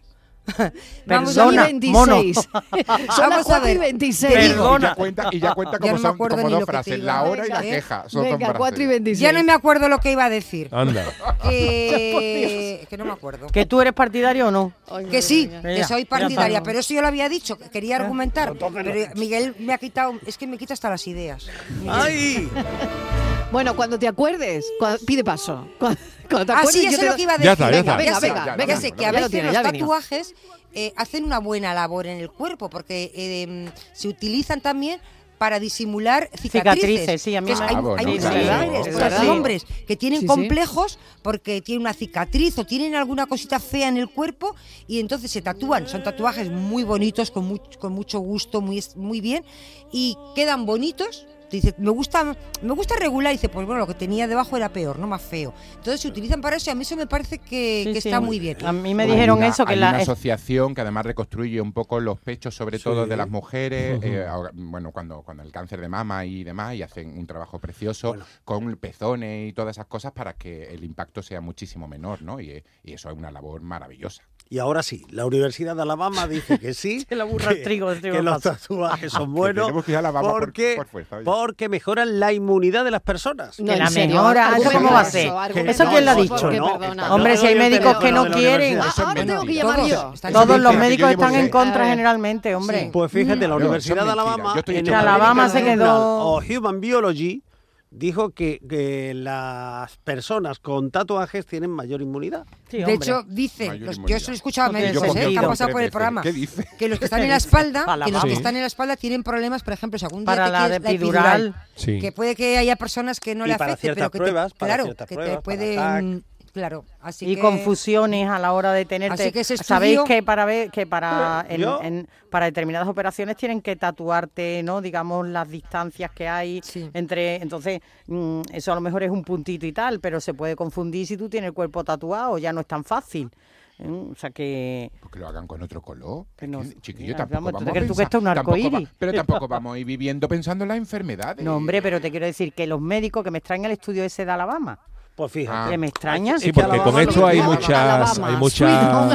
[SPEAKER 2] Vamos a
[SPEAKER 8] Persona,
[SPEAKER 2] ver, 26.
[SPEAKER 8] mono.
[SPEAKER 2] [LAUGHS] Son las
[SPEAKER 7] [LAUGHS] Vamos a
[SPEAKER 2] 4 y
[SPEAKER 7] ver.
[SPEAKER 3] [LAUGHS]
[SPEAKER 2] 26.
[SPEAKER 3] Y
[SPEAKER 8] Perdona.
[SPEAKER 3] ya cuenta, y ya cuenta
[SPEAKER 7] Ya
[SPEAKER 3] como,
[SPEAKER 7] no me
[SPEAKER 3] son,
[SPEAKER 7] acuerdo
[SPEAKER 3] como
[SPEAKER 7] ni
[SPEAKER 3] dos
[SPEAKER 7] lo que te
[SPEAKER 3] frases,
[SPEAKER 7] iba.
[SPEAKER 3] la hora y la
[SPEAKER 2] Venga,
[SPEAKER 3] queja. Son dos
[SPEAKER 2] Venga,
[SPEAKER 3] frases.
[SPEAKER 2] 4 y 26.
[SPEAKER 7] Ya no me acuerdo lo que iba
[SPEAKER 2] [LAUGHS]
[SPEAKER 7] a decir.
[SPEAKER 9] Anda.
[SPEAKER 7] Que, que no me acuerdo.
[SPEAKER 8] ¿Que tú eres partidario o no?
[SPEAKER 2] Ay,
[SPEAKER 7] Que sí,
[SPEAKER 2] madre mía. Eh.
[SPEAKER 7] que
[SPEAKER 8] Mira,
[SPEAKER 7] soy
[SPEAKER 8] mira,
[SPEAKER 7] partidaria,
[SPEAKER 8] Pablo.
[SPEAKER 7] pero eso yo lo había dicho, que quería argumentar. Pero Miguel me ha quitado, es que me quita hasta las ideas. Miguel.
[SPEAKER 4] ¡Ay!
[SPEAKER 2] Bueno, cuando te acuerdes, cua- pide paso. Cu- Cuando te
[SPEAKER 7] Ah,
[SPEAKER 2] acuerdes,
[SPEAKER 7] sí,
[SPEAKER 2] yo
[SPEAKER 7] eso
[SPEAKER 2] te
[SPEAKER 7] es lo
[SPEAKER 2] do-
[SPEAKER 7] que iba a decir.
[SPEAKER 9] Ya está, ya está.
[SPEAKER 2] Venga,
[SPEAKER 7] sé,
[SPEAKER 2] venga,
[SPEAKER 7] ya
[SPEAKER 2] venga,
[SPEAKER 7] sé
[SPEAKER 2] venga,
[SPEAKER 7] que a
[SPEAKER 2] ya lo
[SPEAKER 7] veces
[SPEAKER 2] tiene,
[SPEAKER 7] los
[SPEAKER 2] ya venía.
[SPEAKER 7] tatuajes eh, hacen una buena labor en el cuerpo porque eh, se utilizan también para disimular cicatrices.
[SPEAKER 8] Cicatrices, sí, a mí
[SPEAKER 7] Entonces,
[SPEAKER 8] me-
[SPEAKER 7] hay,
[SPEAKER 3] Ah, bueno,
[SPEAKER 7] hay muchas
[SPEAKER 3] claro.
[SPEAKER 7] mujeres,
[SPEAKER 2] Es
[SPEAKER 7] por ejemplo,
[SPEAKER 2] verdad.
[SPEAKER 7] hombres que tienen
[SPEAKER 2] Sí, sí.
[SPEAKER 7] complejos porque tienen una cicatriz o tienen alguna cosita fea en el cuerpo y entonces se tatúan. Son tatuajes muy bonitos, con, much- con mucho gusto, muy, es- muy bien y quedan bonitos. Dice, me gusta, me gusta regular. Dice, pues bueno, lo que tenía debajo era peor, no más feo. Entonces se utilizan para eso y a mí eso me parece que,
[SPEAKER 8] Sí,
[SPEAKER 7] que
[SPEAKER 8] sí.
[SPEAKER 7] está muy bien.
[SPEAKER 8] A mí me
[SPEAKER 3] Hay
[SPEAKER 8] dijeron
[SPEAKER 3] una-
[SPEAKER 8] eso, que
[SPEAKER 3] hay
[SPEAKER 8] la...
[SPEAKER 3] una asociación que además reconstruye un poco los pechos, sobre
[SPEAKER 9] Sí.
[SPEAKER 3] todo de las mujeres, eh, ahora, bueno, cuando, cuando el cáncer de mama y demás, y hacen un trabajo precioso con pezones y todas esas cosas para que el impacto sea muchísimo menor, ¿no? Y, eh, y eso es una labor maravillosa.
[SPEAKER 4] Y ahora sí, la Universidad de Alabama dice que
[SPEAKER 3] [LAUGHS]
[SPEAKER 8] [LAUGHS]
[SPEAKER 4] sí.
[SPEAKER 8] Se la burra al trigo, el trigo
[SPEAKER 4] que los
[SPEAKER 8] pasa.
[SPEAKER 4] tatuajes son buenos.
[SPEAKER 3] tenemos Ah, [LAUGHS] que ir a Alabama por-
[SPEAKER 4] porque,
[SPEAKER 3] por fuerza, oye.
[SPEAKER 4] porque mejoran la inmunidad de las personas.
[SPEAKER 2] No,
[SPEAKER 8] Que
[SPEAKER 2] en
[SPEAKER 8] la
[SPEAKER 2] serio,
[SPEAKER 8] menora, ¿eso
[SPEAKER 2] argumenta
[SPEAKER 8] cómo va a
[SPEAKER 2] eso,
[SPEAKER 8] ser?
[SPEAKER 2] argumenta
[SPEAKER 8] ¿Eso quién lo ha
[SPEAKER 2] eso,
[SPEAKER 8] dicho?
[SPEAKER 2] porque,
[SPEAKER 4] No,
[SPEAKER 2] perdona.
[SPEAKER 4] está-
[SPEAKER 8] Hombre,
[SPEAKER 4] no
[SPEAKER 8] si hay
[SPEAKER 4] doy el
[SPEAKER 8] médicos que
[SPEAKER 4] teléfono
[SPEAKER 8] no
[SPEAKER 4] de la
[SPEAKER 8] quieren.
[SPEAKER 4] universidad.
[SPEAKER 2] Ah,
[SPEAKER 3] Eso es
[SPEAKER 2] ahora tengo que
[SPEAKER 3] mentira.
[SPEAKER 2] llamar yo.
[SPEAKER 7] Todos.
[SPEAKER 8] Todos los
[SPEAKER 3] Mentira, que
[SPEAKER 8] médicos
[SPEAKER 3] yo
[SPEAKER 8] están
[SPEAKER 3] llevo
[SPEAKER 8] en
[SPEAKER 3] seis-
[SPEAKER 8] contra
[SPEAKER 2] A ver.
[SPEAKER 8] generalmente, hombre.
[SPEAKER 4] Pues fíjate, la
[SPEAKER 3] No, son
[SPEAKER 4] Universidad de
[SPEAKER 3] mentiras.
[SPEAKER 4] Alabama
[SPEAKER 3] Yo estoy
[SPEAKER 4] en
[SPEAKER 3] hecho
[SPEAKER 4] el Oh,
[SPEAKER 8] mentiras. Alabama se
[SPEAKER 4] American
[SPEAKER 8] quedó-
[SPEAKER 4] Journal of Human Biology dijo que, que las personas con tatuajes tienen mayor inmunidad.
[SPEAKER 8] Sí,
[SPEAKER 7] De
[SPEAKER 8] hombre.
[SPEAKER 7] hecho, dice,
[SPEAKER 3] Mayor
[SPEAKER 7] los- yo
[SPEAKER 3] inmunidad.
[SPEAKER 7] se lo he escuchado a
[SPEAKER 8] No tiene
[SPEAKER 7] médicos eh, que
[SPEAKER 8] sentido.
[SPEAKER 7] han pasado por el
[SPEAKER 3] Tres
[SPEAKER 7] programa,
[SPEAKER 3] veces. ¿Qué dice?
[SPEAKER 7] que los que están
[SPEAKER 8] [LAUGHS]
[SPEAKER 7] en la espalda, que los
[SPEAKER 8] Alabama.
[SPEAKER 7] que
[SPEAKER 9] Sí.
[SPEAKER 7] están en la espalda tienen problemas, por ejemplo, si algún día
[SPEAKER 8] Para
[SPEAKER 7] te
[SPEAKER 8] la
[SPEAKER 7] quieres-
[SPEAKER 8] de epidural.
[SPEAKER 9] Sí.
[SPEAKER 7] que puede que haya personas que no
[SPEAKER 4] Y
[SPEAKER 7] le
[SPEAKER 4] para
[SPEAKER 7] afecte,
[SPEAKER 4] ciertas
[SPEAKER 7] pero que
[SPEAKER 4] pruebas,
[SPEAKER 7] te,
[SPEAKER 4] para
[SPEAKER 7] claro,
[SPEAKER 4] ciertas
[SPEAKER 7] que
[SPEAKER 4] pruebas,
[SPEAKER 7] te
[SPEAKER 4] para
[SPEAKER 7] pueden, claro, así
[SPEAKER 8] y
[SPEAKER 7] que-
[SPEAKER 8] confusiones a la hora de tenerte.
[SPEAKER 7] Así que ese
[SPEAKER 8] Sabéis
[SPEAKER 7] estudio-
[SPEAKER 8] que para ver que para
[SPEAKER 4] Eh,
[SPEAKER 8] en-
[SPEAKER 4] yo-
[SPEAKER 8] en- para determinadas operaciones tienen que tatuarte, ¿no? Digamos las distancias que hay
[SPEAKER 7] Sí.
[SPEAKER 8] entre entonces mm, eso a lo mejor es un puntito y tal, pero se puede confundir si tú tienes el cuerpo tatuado, ya no es tan fácil. Mm, O sea que
[SPEAKER 3] Pues que lo hagan con otro color.
[SPEAKER 8] Que no-
[SPEAKER 3] Pequeño- Chiquillo,
[SPEAKER 8] mira,
[SPEAKER 3] tampoco
[SPEAKER 8] vamos, ¿tú
[SPEAKER 3] vamos,
[SPEAKER 8] te
[SPEAKER 3] a
[SPEAKER 8] crees tú que
[SPEAKER 3] pensar-
[SPEAKER 8] esto es un
[SPEAKER 3] tampoco va-
[SPEAKER 8] arcoíris?
[SPEAKER 3] Pero tampoco vamos a ir viviendo pensando en las enfermedades.
[SPEAKER 8] no hombre, pero te quiero decir que los médicos que me extraen el estudio ese de Alabama,
[SPEAKER 4] Pues
[SPEAKER 3] Ah.
[SPEAKER 4] fíjate.
[SPEAKER 8] que me extraña.
[SPEAKER 9] Sí,
[SPEAKER 4] Es que
[SPEAKER 9] porque con
[SPEAKER 4] Alabama-
[SPEAKER 9] esto hay
[SPEAKER 2] Alabama,
[SPEAKER 9] muchas, hay
[SPEAKER 2] Alabama,
[SPEAKER 9] muchas,
[SPEAKER 2] Sweet
[SPEAKER 4] Home.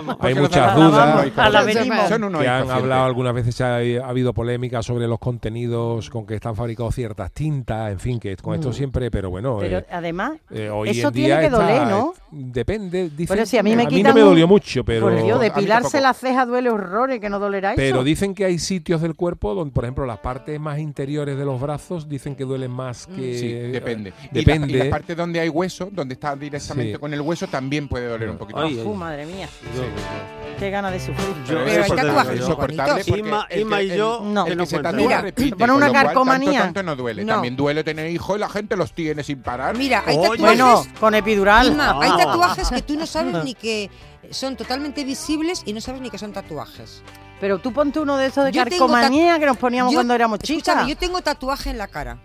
[SPEAKER 9] hay
[SPEAKER 3] Porque los de
[SPEAKER 9] muchas
[SPEAKER 3] Alabama
[SPEAKER 9] dudas.
[SPEAKER 3] no hay color.
[SPEAKER 8] A la venimos.
[SPEAKER 3] Son unos
[SPEAKER 9] que han
[SPEAKER 3] inconscientes.
[SPEAKER 9] hablado algunas veces se ha, ha habido polémica sobre los contenidos con que están fabricados ciertas tintas, en fin, que con esto siempre, pero bueno,
[SPEAKER 8] Mm. Pero
[SPEAKER 9] eh,
[SPEAKER 8] además
[SPEAKER 9] eh, hoy
[SPEAKER 8] eso
[SPEAKER 9] en día
[SPEAKER 8] tiene que
[SPEAKER 9] está-
[SPEAKER 8] doler, ¿no?
[SPEAKER 9] Depende, dicen,
[SPEAKER 8] Pero si a mí me
[SPEAKER 9] no
[SPEAKER 8] quitan
[SPEAKER 9] me
[SPEAKER 8] un-
[SPEAKER 9] dolió mucho, pero
[SPEAKER 8] Por Dios,
[SPEAKER 3] a mí
[SPEAKER 8] depilarse
[SPEAKER 3] tampoco.
[SPEAKER 8] la ceja duele horrores, que no dolerá eso.
[SPEAKER 9] pero dicen que hay sitios del cuerpo donde, por ejemplo, las partes más interiores de los brazos dicen que duelen más que
[SPEAKER 3] Mm. Sí, depende.
[SPEAKER 9] Depende.
[SPEAKER 3] Y la, y la parte donde hay hueso, donde está directamente
[SPEAKER 9] Sí.
[SPEAKER 3] con el hueso, también puede doler un poquito.
[SPEAKER 4] Ay,
[SPEAKER 3] más.
[SPEAKER 8] Uf, madre mía,
[SPEAKER 4] Yo-
[SPEAKER 8] qué gana de sufrir.
[SPEAKER 4] yo-
[SPEAKER 7] Pero hay
[SPEAKER 4] eso te digo
[SPEAKER 7] tatuajes
[SPEAKER 4] yo.
[SPEAKER 3] insoportable porque
[SPEAKER 4] Inma-
[SPEAKER 3] el que-
[SPEAKER 4] Inma y
[SPEAKER 3] el-
[SPEAKER 4] yo
[SPEAKER 8] No.
[SPEAKER 4] que
[SPEAKER 3] El
[SPEAKER 4] no
[SPEAKER 3] que se
[SPEAKER 4] cuentan.
[SPEAKER 3] tatúa
[SPEAKER 7] Mira,
[SPEAKER 3] repite,
[SPEAKER 8] pone
[SPEAKER 3] con
[SPEAKER 8] una
[SPEAKER 3] lo cual
[SPEAKER 8] calcomanía.
[SPEAKER 3] Tanto, tanto no duele.
[SPEAKER 7] No.
[SPEAKER 3] También duele tener hijos y la gente los tiene sin parar.
[SPEAKER 7] Mira, hay
[SPEAKER 4] Coño.
[SPEAKER 7] tatuajes,
[SPEAKER 8] Bueno, con epidural.
[SPEAKER 7] Inma, hay
[SPEAKER 4] Ah.
[SPEAKER 7] tatuajes que tú no sabes
[SPEAKER 8] [LAUGHS]
[SPEAKER 7] ni que son totalmente visibles y no sabes ni que son tatuajes.
[SPEAKER 8] Pero tú ponte uno de esos de
[SPEAKER 7] Yo tengo
[SPEAKER 8] carcomanía que nos poníamos
[SPEAKER 7] Yo-
[SPEAKER 8] cuando éramos
[SPEAKER 7] escúchame,
[SPEAKER 8] chicas.
[SPEAKER 7] yo tengo tatuaje en la cara.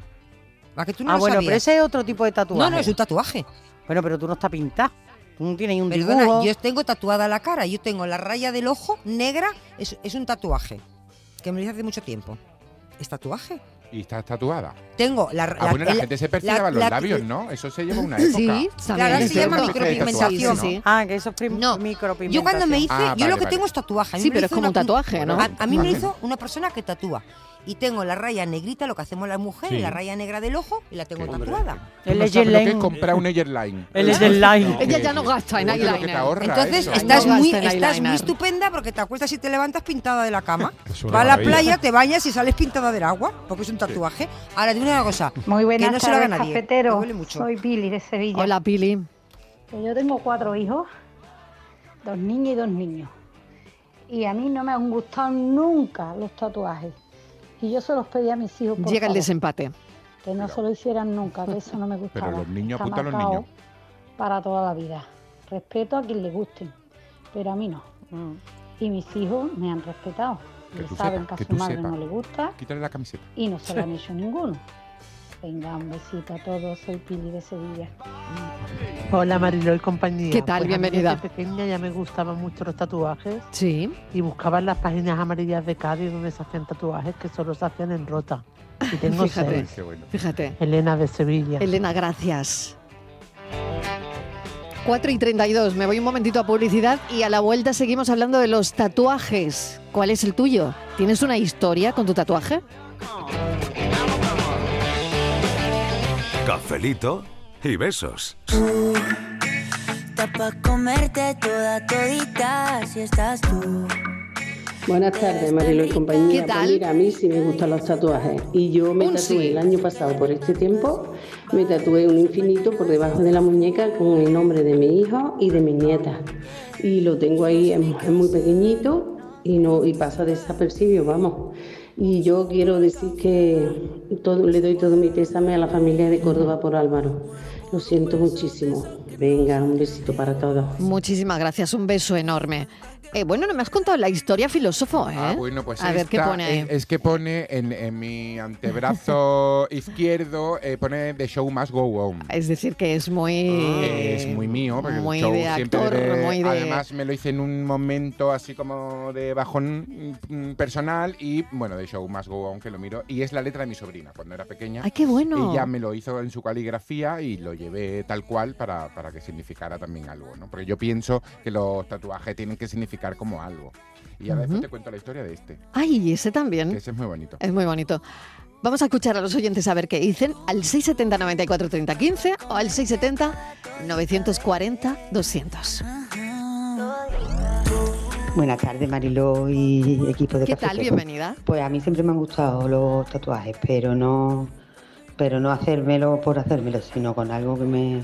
[SPEAKER 7] ¿A que tú no
[SPEAKER 8] ah,
[SPEAKER 7] lo
[SPEAKER 8] bueno, pero
[SPEAKER 7] sabías?
[SPEAKER 8] ese es otro tipo de tatuaje.
[SPEAKER 7] No, no, es un tatuaje.
[SPEAKER 8] Bueno, pero tú no estás pintada. Tú no tienes ni un
[SPEAKER 7] Perdona,
[SPEAKER 8] dibujo.
[SPEAKER 7] yo tengo tatuada la cara. Yo tengo la raya del ojo negra. Es, es un tatuaje que me lo hice hace mucho tiempo. ¿Es tatuaje?
[SPEAKER 3] Y estás tatuada.
[SPEAKER 7] Tengo la...
[SPEAKER 3] Ah,
[SPEAKER 7] la-
[SPEAKER 3] bueno, la,
[SPEAKER 7] el-
[SPEAKER 3] gente se perfilaba los
[SPEAKER 7] la- eh,
[SPEAKER 3] labios, ¿no? Eso se lleva una
[SPEAKER 2] Sí,
[SPEAKER 3] época.
[SPEAKER 2] también.
[SPEAKER 7] Claro, se
[SPEAKER 2] Sí,
[SPEAKER 7] llama
[SPEAKER 2] sí,
[SPEAKER 7] micropigmentación.
[SPEAKER 2] Sí, sí, sí.
[SPEAKER 8] Ah, que eso es prim-
[SPEAKER 7] No,
[SPEAKER 8] micropigmentación.
[SPEAKER 7] yo cuando me hice,
[SPEAKER 3] Ah,
[SPEAKER 7] yo
[SPEAKER 3] vale,
[SPEAKER 7] lo que
[SPEAKER 3] vale.
[SPEAKER 7] tengo es tatuaje. A mí
[SPEAKER 2] Sí,
[SPEAKER 7] me
[SPEAKER 2] pero
[SPEAKER 7] lo
[SPEAKER 2] es
[SPEAKER 7] hizo
[SPEAKER 2] como un
[SPEAKER 7] una-
[SPEAKER 2] tatuaje, ¿no?
[SPEAKER 7] A, a mí me lo hizo una persona que tatúa. Y tengo la raya negrita, lo que hacemos las mujeres,
[SPEAKER 9] Sí.
[SPEAKER 7] la raya negra del ojo y la tengo
[SPEAKER 3] Qué
[SPEAKER 7] tatuada.
[SPEAKER 3] Tú
[SPEAKER 8] Él
[SPEAKER 3] no
[SPEAKER 8] es
[SPEAKER 3] sabes lo que es
[SPEAKER 8] Elaine.
[SPEAKER 3] comprar un Airline.
[SPEAKER 8] Él es del line.
[SPEAKER 2] Ella ya no gasta en eyeliner.
[SPEAKER 7] Entonces
[SPEAKER 2] eso.
[SPEAKER 7] estás
[SPEAKER 2] Ay, no
[SPEAKER 7] muy
[SPEAKER 2] gasten
[SPEAKER 7] estás
[SPEAKER 2] eyeliner.
[SPEAKER 7] muy estupenda porque te acuestas y te levantas pintada de
[SPEAKER 4] [LAUGHS]
[SPEAKER 7] la cama.
[SPEAKER 9] Es una
[SPEAKER 7] Vas a la
[SPEAKER 9] maravilla.
[SPEAKER 7] playa, te bañas y sales pintada del agua, porque es un tatuaje. Ahora dime una cosa,
[SPEAKER 10] Muy buenas
[SPEAKER 7] que no se lo
[SPEAKER 10] tardes,
[SPEAKER 7] haga nadie.
[SPEAKER 10] cafetero.
[SPEAKER 7] que huele mucho.
[SPEAKER 10] Soy Pili de Sevilla.
[SPEAKER 2] Hola, Pili.
[SPEAKER 10] Yo tengo cuatro hijos, dos niñas y dos niños. Y a mí no me han gustado nunca los tatuajes. Y yo se los pedí a mis hijos por
[SPEAKER 2] Llega el
[SPEAKER 10] favor,
[SPEAKER 2] desempate.
[SPEAKER 10] que no se lo hicieran nunca, que eso
[SPEAKER 3] [LAUGHS]
[SPEAKER 10] no me gustaba.
[SPEAKER 3] los niños,
[SPEAKER 10] Está
[SPEAKER 3] apunta a los
[SPEAKER 10] marcado
[SPEAKER 3] niños.
[SPEAKER 10] Para toda la vida. Respeto a quien le gusten, pero a mí no.
[SPEAKER 8] Mm.
[SPEAKER 10] Y mis hijos me han respetado.
[SPEAKER 3] Que
[SPEAKER 10] Y
[SPEAKER 3] tú
[SPEAKER 10] saben
[SPEAKER 3] sepas,
[SPEAKER 10] que
[SPEAKER 3] que
[SPEAKER 10] a su
[SPEAKER 3] tú
[SPEAKER 10] madre
[SPEAKER 3] sepas.
[SPEAKER 10] no le gusta
[SPEAKER 3] Quítale la camiseta.
[SPEAKER 10] y no se
[SPEAKER 3] [LAUGHS]
[SPEAKER 10] lo han hecho ninguno. Venga, un besito a todos. Soy Pili de Sevilla.
[SPEAKER 11] Hola Mariló y compañía.
[SPEAKER 2] ¿Qué
[SPEAKER 11] Pues a
[SPEAKER 2] tal?
[SPEAKER 11] mí
[SPEAKER 2] Bienvenida.
[SPEAKER 11] Desde pequeña ya me gustaban mucho los tatuajes
[SPEAKER 2] Sí.
[SPEAKER 11] y buscaba en las páginas amarillas de Cádiz donde se hacían tatuajes que solo se hacían en rota. Y tengo
[SPEAKER 2] [LAUGHS] Fíjate.
[SPEAKER 11] seis.
[SPEAKER 3] Qué bueno.
[SPEAKER 2] Fíjate.
[SPEAKER 11] Elena de Sevilla.
[SPEAKER 2] Elena, gracias. 4 y 32, me voy un momentito a publicidad y a la vuelta seguimos hablando de los tatuajes. ¿Cuál es el tuyo? ¿Tienes una historia con tu tatuaje?
[SPEAKER 1] Cafelito y besos.
[SPEAKER 12] Está pa' comerte toda todita si estás tú.
[SPEAKER 13] Buenas tardes, Marilo y compañía.
[SPEAKER 12] ¿Qué tal?
[SPEAKER 13] Pues mira, a mí sí me gustan los tatuajes. Y yo me
[SPEAKER 12] Un
[SPEAKER 13] tatué
[SPEAKER 12] sí.
[SPEAKER 13] el año pasado por este tiempo, me tatué un infinito por debajo de la muñeca con el nombre de mi hijo y de mi nieta. Y lo tengo ahí, es, es muy pequeñito y no y pasa desapercibido, vamos. Y yo quiero decir que todo- le doy todo mi pésame a la familia de Córdoba por Álvaro. Lo siento muchísimo. Venga, un besito para todos.
[SPEAKER 2] Muchísimas gracias, un beso enorme. Eh, bueno, no me has contado la historia, filósofo, ¿eh?
[SPEAKER 3] Bueno, pues
[SPEAKER 2] a ver qué
[SPEAKER 3] esta
[SPEAKER 2] pone ahí.
[SPEAKER 3] Es, es que pone en, en mi
[SPEAKER 2] [LAUGHS]
[SPEAKER 3] antebrazo izquierdo, eh, pone The Show Must Go On.
[SPEAKER 2] Es decir, que es muy.
[SPEAKER 3] es muy mío, porque
[SPEAKER 2] muy
[SPEAKER 3] el show
[SPEAKER 2] de
[SPEAKER 3] siempre
[SPEAKER 2] actor,
[SPEAKER 3] de-
[SPEAKER 2] muy de-
[SPEAKER 3] Además, me lo hice en un momento así como de bajón mm, personal y, bueno, de show más go on que lo miro. Y es la letra de mi sobrina cuando era pequeña.
[SPEAKER 2] ¡Ay, qué bueno!
[SPEAKER 3] Ella me lo hizo en su caligrafía y lo llevé tal cual para, para que significara también algo, ¿no? Porque yo pienso que los tatuajes tienen que significar como algo. Y ahora después
[SPEAKER 2] Ujú.
[SPEAKER 3] te cuento la historia de este.
[SPEAKER 2] Ay, ese también.
[SPEAKER 3] Ese es muy bonito.
[SPEAKER 2] Es muy bonito. Vamos a escuchar a los oyentes a ver qué dicen al 670 94 30 15 o al 670 940 200.
[SPEAKER 14] Buenas tardes, Mariló y equipo de
[SPEAKER 2] ¿Qué
[SPEAKER 14] Café
[SPEAKER 2] tal?
[SPEAKER 14] Lock.
[SPEAKER 2] Bienvenida.
[SPEAKER 14] Pues a mí siempre me han gustado los tatuajes, pero no pero no hacérmelo por hacérmelo, sino con algo que me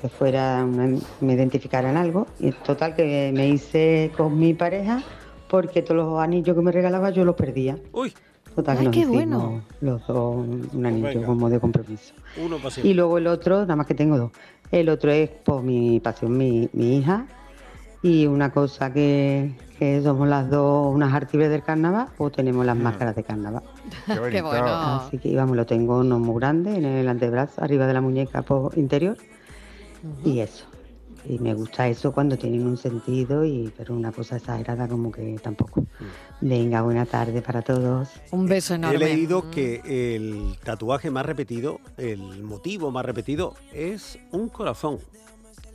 [SPEAKER 14] que fuera una- me identificaran algo y total que me hice con mi pareja porque todos los anillos que me regalaba yo los perdía.
[SPEAKER 4] Uy.
[SPEAKER 14] Total que
[SPEAKER 4] Ay,
[SPEAKER 14] nos
[SPEAKER 4] qué
[SPEAKER 14] hicimos
[SPEAKER 4] bueno.
[SPEAKER 14] los dos un anillo
[SPEAKER 4] venga.
[SPEAKER 14] como de compromiso.
[SPEAKER 4] Uno para siempre.
[SPEAKER 14] Y luego el otro, nada más que tengo dos. El otro es por mi pasión, mi, mi hija. Y una cosa que, que somos las dos unas artibes del carnaval o tenemos las máscaras de carnaval.
[SPEAKER 2] Qué bueno.
[SPEAKER 14] Así que vamos, lo tengo no muy grande en el antebrazo, arriba de la muñeca por interior. Y eso. Y me gusta eso cuando tienen un sentido, y pero una cosa exagerada como que tampoco.
[SPEAKER 7] Mm.
[SPEAKER 14] Venga, buena tarde para todos.
[SPEAKER 2] Un beso
[SPEAKER 4] He
[SPEAKER 2] enorme.
[SPEAKER 4] leído que el tatuaje más repetido, el motivo más repetido, es un corazón.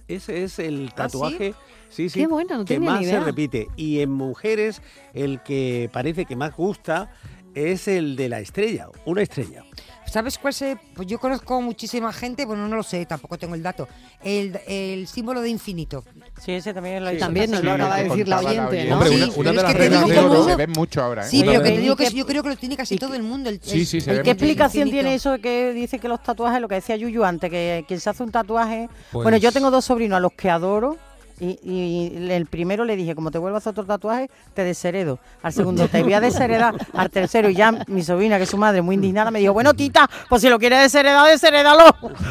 [SPEAKER 4] Ese es
[SPEAKER 7] ¿Ah,
[SPEAKER 4] el tatuaje sí? Sí,
[SPEAKER 2] Qué bueno, no
[SPEAKER 4] que
[SPEAKER 2] tenía ni
[SPEAKER 4] más
[SPEAKER 2] idea.
[SPEAKER 4] se repite. Y en mujeres, el que parece que más gusta es el de la estrella, una estrella.
[SPEAKER 7] ¿Sabes cuál se.? Pues yo conozco muchísima gente, bueno, no lo sé, tampoco tengo el dato. El, el símbolo de infinito.
[SPEAKER 8] Sí, ese también es la
[SPEAKER 2] También nos lo acaba de decir la oyente, ¿no?
[SPEAKER 3] Hombre, una,
[SPEAKER 2] Sí,
[SPEAKER 3] una
[SPEAKER 2] pero
[SPEAKER 3] de
[SPEAKER 2] es
[SPEAKER 3] las
[SPEAKER 2] que te
[SPEAKER 3] reglas
[SPEAKER 2] digo
[SPEAKER 3] de
[SPEAKER 2] que
[SPEAKER 3] oro
[SPEAKER 2] todo-
[SPEAKER 3] se ve mucho ahora. ¿eh?
[SPEAKER 7] Sí, pero que te digo que
[SPEAKER 8] ¿Y
[SPEAKER 7] yo creo que lo tiene casi todo el mundo. El,
[SPEAKER 3] Sí,
[SPEAKER 7] el-
[SPEAKER 3] sí, se
[SPEAKER 7] el
[SPEAKER 3] ve
[SPEAKER 7] que
[SPEAKER 8] ¿Qué explicación
[SPEAKER 7] infinito.
[SPEAKER 8] tiene eso de que dice que los tatuajes, lo que decía Yuyu antes, que quien se hace un tatuaje...
[SPEAKER 11] Pues-
[SPEAKER 8] Bueno, yo tengo dos sobrinos a los que adoro y, y el primero le dije, como te vuelvas a hacer otro tatuaje, te desheredo. Al segundo, te voy a desheredar. Al tercero, y ya mi sobrina, que es su madre, muy indignada, me dijo, bueno, tita, pues si lo quieres desheredar, desherédalo.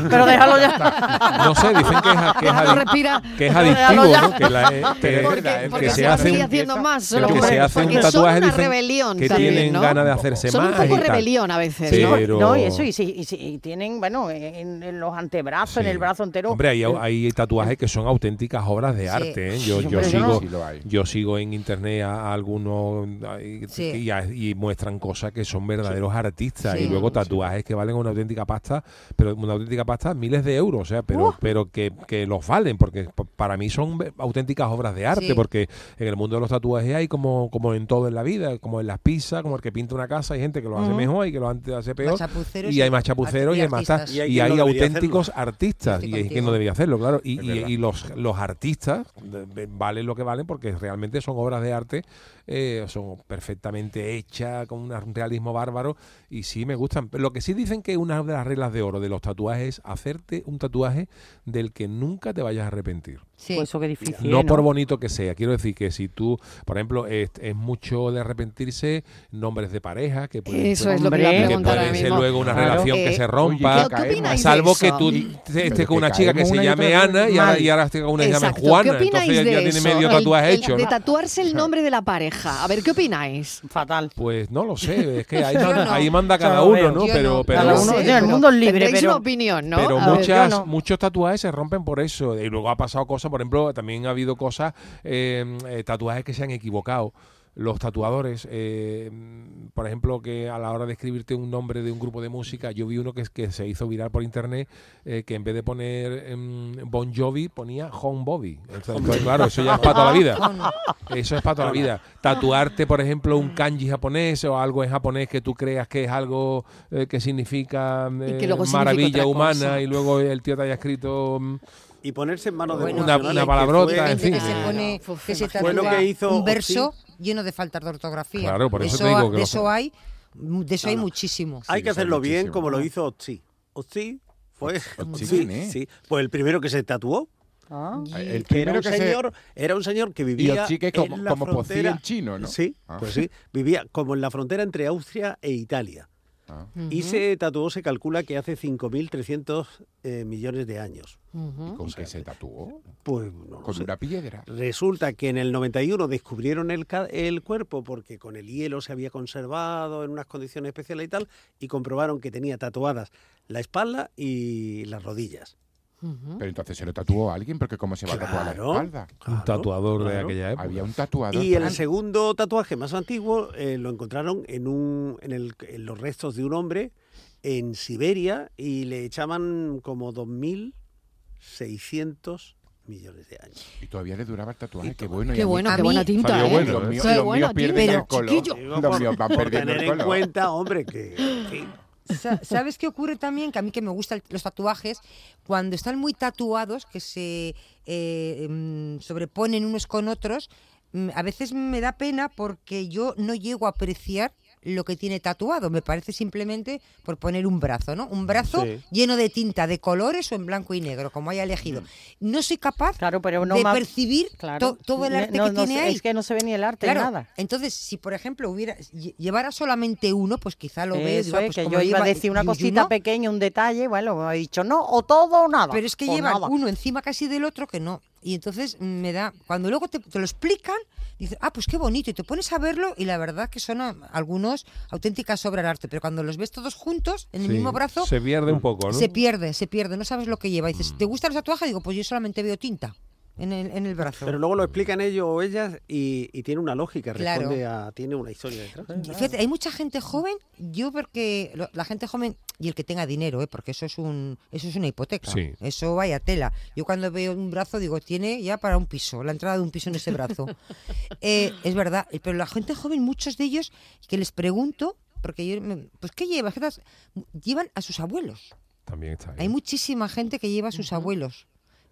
[SPEAKER 8] Pero déjalo ya.
[SPEAKER 9] No sé, dicen que es, que es,
[SPEAKER 8] Déjalo,
[SPEAKER 9] adic-
[SPEAKER 8] respira.
[SPEAKER 9] que es
[SPEAKER 8] Déjalo
[SPEAKER 9] adictivo,
[SPEAKER 8] ya.
[SPEAKER 9] ¿no? Que, la- eh, que-
[SPEAKER 3] Pero es
[SPEAKER 9] que
[SPEAKER 3] verdad, es verdad.
[SPEAKER 9] que se
[SPEAKER 3] Porque
[SPEAKER 9] hace
[SPEAKER 2] sigue
[SPEAKER 9] un,
[SPEAKER 2] haciendo más,
[SPEAKER 9] que
[SPEAKER 2] hombre,
[SPEAKER 9] se hace
[SPEAKER 2] porque
[SPEAKER 9] un
[SPEAKER 2] son
[SPEAKER 9] tatuaje
[SPEAKER 2] una
[SPEAKER 9] dicen
[SPEAKER 2] rebelión
[SPEAKER 9] que
[SPEAKER 2] también,
[SPEAKER 9] tienen
[SPEAKER 2] ¿no?
[SPEAKER 9] ganas de hacerse
[SPEAKER 2] Son un
[SPEAKER 9] más
[SPEAKER 2] poco
[SPEAKER 9] y tal.
[SPEAKER 2] rebelión a veces,
[SPEAKER 9] Pero-
[SPEAKER 8] No, no, y eso, y, si- y si- y tienen, bueno, en, en los antebrazos, en el brazo entero.
[SPEAKER 9] Hombre, hay,
[SPEAKER 8] Eh,
[SPEAKER 9] hay tatuajes que son auténticas obras de
[SPEAKER 8] Sí.
[SPEAKER 9] arte. ¿eh? Yo,
[SPEAKER 8] Sí,
[SPEAKER 9] yo
[SPEAKER 8] hombre,
[SPEAKER 9] sigo,
[SPEAKER 8] sí
[SPEAKER 3] lo hay.
[SPEAKER 9] yo sigo en internet a, a algunos ay,
[SPEAKER 8] Sí.
[SPEAKER 9] y, a- y muestran cosas que son verdaderos artistas
[SPEAKER 8] Sí.
[SPEAKER 9] y luego tatuajes que valen una auténtica pasta, pero una auténtica pasta miles de euros, o sea, pero, pero que, que los valen porque p- para mí son ve- auténticas obras de arte
[SPEAKER 15] Sí.
[SPEAKER 9] porque en el mundo de los tatuajes hay como, como en todo en la vida, como en las pizzas, como el que pinta una casa, hay gente que lo hace
[SPEAKER 8] Mm.
[SPEAKER 15] Ujú.
[SPEAKER 9] mejor y que lo ante- hace peor
[SPEAKER 15] chapuceros
[SPEAKER 9] y hay
[SPEAKER 15] y
[SPEAKER 9] más chapuceros
[SPEAKER 15] arti-
[SPEAKER 9] y
[SPEAKER 15] y
[SPEAKER 9] hay más tal,
[SPEAKER 15] artistas.
[SPEAKER 9] y
[SPEAKER 15] Y hay
[SPEAKER 9] hay,
[SPEAKER 15] quien no debería
[SPEAKER 9] auténticos artistas y
[SPEAKER 15] Estoy
[SPEAKER 9] hay quien no
[SPEAKER 15] contigo.
[SPEAKER 9] debería hacerlo, claro. Y,
[SPEAKER 15] Es
[SPEAKER 9] y-
[SPEAKER 15] verdad.
[SPEAKER 9] y los, los artistas de- de- valen lo que valen porque realmente son obras de arte, eh, son perfectamente hechas, con un ar- un realismo bárbaro y sí me gustan. Pero Lo que sí dicen que una de las reglas de oro de los tatuajes es hacerte un tatuaje del que nunca te vayas a arrepentir.
[SPEAKER 8] Pues eso que difícil.
[SPEAKER 9] No
[SPEAKER 8] ¿eh?
[SPEAKER 9] por bonito que sea. Quiero decir que si tú, por ejemplo, es, es mucho de arrepentirse nombres de pareja que pueden,
[SPEAKER 2] Eso es lo que iba a
[SPEAKER 9] Pues que
[SPEAKER 2] preguntar
[SPEAKER 9] pueden
[SPEAKER 2] ahora
[SPEAKER 9] ser
[SPEAKER 2] mismo.
[SPEAKER 9] luego una
[SPEAKER 2] Claro.
[SPEAKER 9] relación
[SPEAKER 2] Eh,
[SPEAKER 9] que se rompa.
[SPEAKER 2] Oye, ¿qué opináis
[SPEAKER 9] salvo
[SPEAKER 2] de
[SPEAKER 9] que
[SPEAKER 2] eso?
[SPEAKER 9] tú
[SPEAKER 2] Pero
[SPEAKER 9] estés con
[SPEAKER 2] que
[SPEAKER 9] una chica que
[SPEAKER 2] caemos
[SPEAKER 9] se
[SPEAKER 2] una y
[SPEAKER 9] llame
[SPEAKER 2] otra vez.
[SPEAKER 9] Ana y ahora,
[SPEAKER 2] Mal.
[SPEAKER 9] y ahora estés con una que se llame
[SPEAKER 2] Exacto.
[SPEAKER 9] Juana.
[SPEAKER 2] ¿Qué opináis
[SPEAKER 9] Entonces
[SPEAKER 2] de
[SPEAKER 9] ya tiene
[SPEAKER 2] eso?
[SPEAKER 9] medio
[SPEAKER 2] El-
[SPEAKER 9] tatuaje
[SPEAKER 2] el
[SPEAKER 9] hecho.
[SPEAKER 2] De
[SPEAKER 9] ¿no?
[SPEAKER 2] tatuarse el nombre de la pareja. A ver, ¿qué opináis?
[SPEAKER 8] Fatal.
[SPEAKER 9] Pues no lo sé, es que ahí,
[SPEAKER 2] Yo
[SPEAKER 9] manda-
[SPEAKER 2] [LAUGHS] no.
[SPEAKER 9] ahí manda
[SPEAKER 2] Yo
[SPEAKER 9] cada
[SPEAKER 2] no
[SPEAKER 9] uno,
[SPEAKER 2] veo.
[SPEAKER 9] ¿no?
[SPEAKER 2] Yo
[SPEAKER 9] Pero,
[SPEAKER 2] no.
[SPEAKER 9] pero
[SPEAKER 2] Cada uno- Sí, el pero- mundo es libre, tendréis pero- una opinión, ¿no?
[SPEAKER 9] Pero
[SPEAKER 2] A ver,
[SPEAKER 9] muchas,
[SPEAKER 2] yo no.
[SPEAKER 9] muchos tatuajes se rompen por eso. Y luego ha pasado cosas, por ejemplo, también ha habido cosas, eh, eh, tatuajes que se han equivocado. los tatuadores, eh, por ejemplo, que a la hora de escribirte un nombre de un grupo de música, yo vi uno que, es- que se hizo viral por internet, eh, que en vez de poner em, Bon Jovi, ponía Home Bobby. Entonces, pues, claro, eso ya es para toda la
[SPEAKER 2] [LAUGHS]
[SPEAKER 9] vida. Eso es para toda la vida. Tatuarte, por ejemplo, un kanji japonés o algo en japonés que tú creas que es algo eh, que significa
[SPEAKER 2] Y que
[SPEAKER 9] eh,
[SPEAKER 2] luego significa
[SPEAKER 9] maravilla
[SPEAKER 2] otra
[SPEAKER 9] humana
[SPEAKER 2] cosa.
[SPEAKER 9] y luego el tío te haya escrito... mm,
[SPEAKER 4] Y ponerse en manos de
[SPEAKER 9] Una-
[SPEAKER 4] profesionales
[SPEAKER 9] una
[SPEAKER 4] que
[SPEAKER 9] palabrota,
[SPEAKER 4] fue-
[SPEAKER 9] en fin.
[SPEAKER 7] que se pone que se
[SPEAKER 4] Fue lo
[SPEAKER 7] tatúa
[SPEAKER 4] que hizo
[SPEAKER 7] un verso lleno de faltas de ortografía.
[SPEAKER 4] Claro, por
[SPEAKER 7] De
[SPEAKER 4] eso te digo que
[SPEAKER 7] de
[SPEAKER 4] lo-
[SPEAKER 7] eso hay, de eso hay muchísimo.
[SPEAKER 4] Hay que hacerlo bien como lo hizo Otzi. Otzi fue. Otzi,
[SPEAKER 3] ¿quién es?
[SPEAKER 4] sí. Pues el primero que se tatuó.
[SPEAKER 3] El
[SPEAKER 4] Que
[SPEAKER 3] primero
[SPEAKER 4] era un
[SPEAKER 3] que se-
[SPEAKER 4] señor, era un señor que vivía
[SPEAKER 3] Otzi, que es como-
[SPEAKER 4] en la
[SPEAKER 3] como Pozzi
[SPEAKER 4] frontera
[SPEAKER 3] el chino, ¿no?
[SPEAKER 4] Sí,
[SPEAKER 3] Ah.
[SPEAKER 4] pues sí, vivía como en la frontera entre Austria e Italia.
[SPEAKER 3] Ah.
[SPEAKER 4] Y se tatuó, se calcula que hace 5.300 eh, millones de años.
[SPEAKER 3] ¿Con qué se tatuó?
[SPEAKER 4] Pues no lo
[SPEAKER 3] Con
[SPEAKER 4] sé.
[SPEAKER 3] una piedra.
[SPEAKER 4] Resulta que en el 91 descubrieron el, ca- el cuerpo porque con el hielo se había conservado en unas condiciones especiales y tal, y comprobaron que tenía tatuadas la espalda y las rodillas. ¿Mm?
[SPEAKER 3] Pero entonces se lo tatuó a alguien, porque ¿cómo se va a tatuar la
[SPEAKER 4] Claro,
[SPEAKER 3] espalda?
[SPEAKER 9] Un tatuador de aquella época.
[SPEAKER 3] Había un tatuador.
[SPEAKER 4] Y el
[SPEAKER 3] tan-
[SPEAKER 4] segundo tatuaje más antiguo eh, lo encontraron en, un, en, el- en los restos de un hombre en Siberia y le echaban como 2.600 millones de años.
[SPEAKER 3] Y todavía le duraba el tatuaje. Qué bueno. y
[SPEAKER 4] Qué
[SPEAKER 3] a mí-
[SPEAKER 4] bueno, qué buena tinta,
[SPEAKER 3] Salió
[SPEAKER 4] ¿eh?
[SPEAKER 3] bueno, Los míos,
[SPEAKER 4] Qué
[SPEAKER 3] los
[SPEAKER 4] buena
[SPEAKER 3] míos pierden
[SPEAKER 4] tinta.
[SPEAKER 3] el color.
[SPEAKER 4] Chiquillo.
[SPEAKER 3] Los míos van
[SPEAKER 4] Por
[SPEAKER 3] perdiendo el
[SPEAKER 4] tener en
[SPEAKER 3] color.
[SPEAKER 4] cuenta,
[SPEAKER 3] [LAUGHS]
[SPEAKER 4] hombre, que... que-
[SPEAKER 7] Sa- ¿Sabes qué ocurre también? Que a mí que me gustan los tatuajes, cuando están muy tatuados, que se eh, mm, sobreponen unos con otros, mm, a veces me da pena porque yo no llego a apreciar lo que tiene tatuado. Me parece simplemente por poner un brazo, ¿no? Un brazo
[SPEAKER 8] Sí.
[SPEAKER 7] lleno de tinta, de colores o en blanco y negro, como haya elegido.
[SPEAKER 4] Mm.
[SPEAKER 7] No soy capaz
[SPEAKER 8] no
[SPEAKER 7] de
[SPEAKER 8] ma-
[SPEAKER 7] percibir
[SPEAKER 8] Claro.
[SPEAKER 7] to- todo el
[SPEAKER 8] No-
[SPEAKER 7] arte
[SPEAKER 8] no-
[SPEAKER 7] que
[SPEAKER 8] no
[SPEAKER 7] tiene
[SPEAKER 8] sé,
[SPEAKER 7] ahí.
[SPEAKER 8] es que no se ve ni el arte,
[SPEAKER 7] Claro.
[SPEAKER 8] nada.
[SPEAKER 7] Entonces, si por ejemplo hubiera lle- llevara solamente uno, pues quizá lo veo.
[SPEAKER 8] Eso es, que yo iba a decir una cosita pequeña, un detalle, bueno, me ha dicho no, o todo o nada.
[SPEAKER 7] Pero es que
[SPEAKER 8] o
[SPEAKER 7] llevan
[SPEAKER 8] nada.
[SPEAKER 7] uno encima casi del otro que no. Y entonces mm, me da. Cuando luego te, te lo explican, dices, ah, pues qué bonito. Y te pones a verlo y la verdad que son a- algunos auténticas obras de arte. Pero cuando los ves todos juntos, en el
[SPEAKER 9] Sí,
[SPEAKER 7] mismo brazo.
[SPEAKER 9] se pierde un poco, ¿no? Mm.
[SPEAKER 7] Se pierde, se pierde. No sabes lo que lleva. Y dices, ¿te gustan los tatuajes? Digo, pues yo solamente veo tinta en el, en el brazo.
[SPEAKER 4] Pero luego lo explican ellos o ellas y, y tiene una lógica, responde a, tiene una historia detrás.
[SPEAKER 7] Fíjate, hay mucha gente joven, yo porque lo- la gente joven y el que tenga dinero, ¿eh? porque eso es un eso es una hipoteca.
[SPEAKER 9] Sí.
[SPEAKER 7] Eso vaya tela. Yo cuando veo un brazo digo, tiene ya para un piso, la entrada de un piso en ese
[SPEAKER 8] [LAUGHS]
[SPEAKER 7] brazo. Eh, es verdad, eh, pero la gente joven, muchos de ellos que les pregunto, porque yo, me- pues ¿qué llevas? ¿Qué tas- Llevan a sus abuelos.
[SPEAKER 9] También está ahí.
[SPEAKER 7] Hay muchísima gente que lleva a sus abuelos.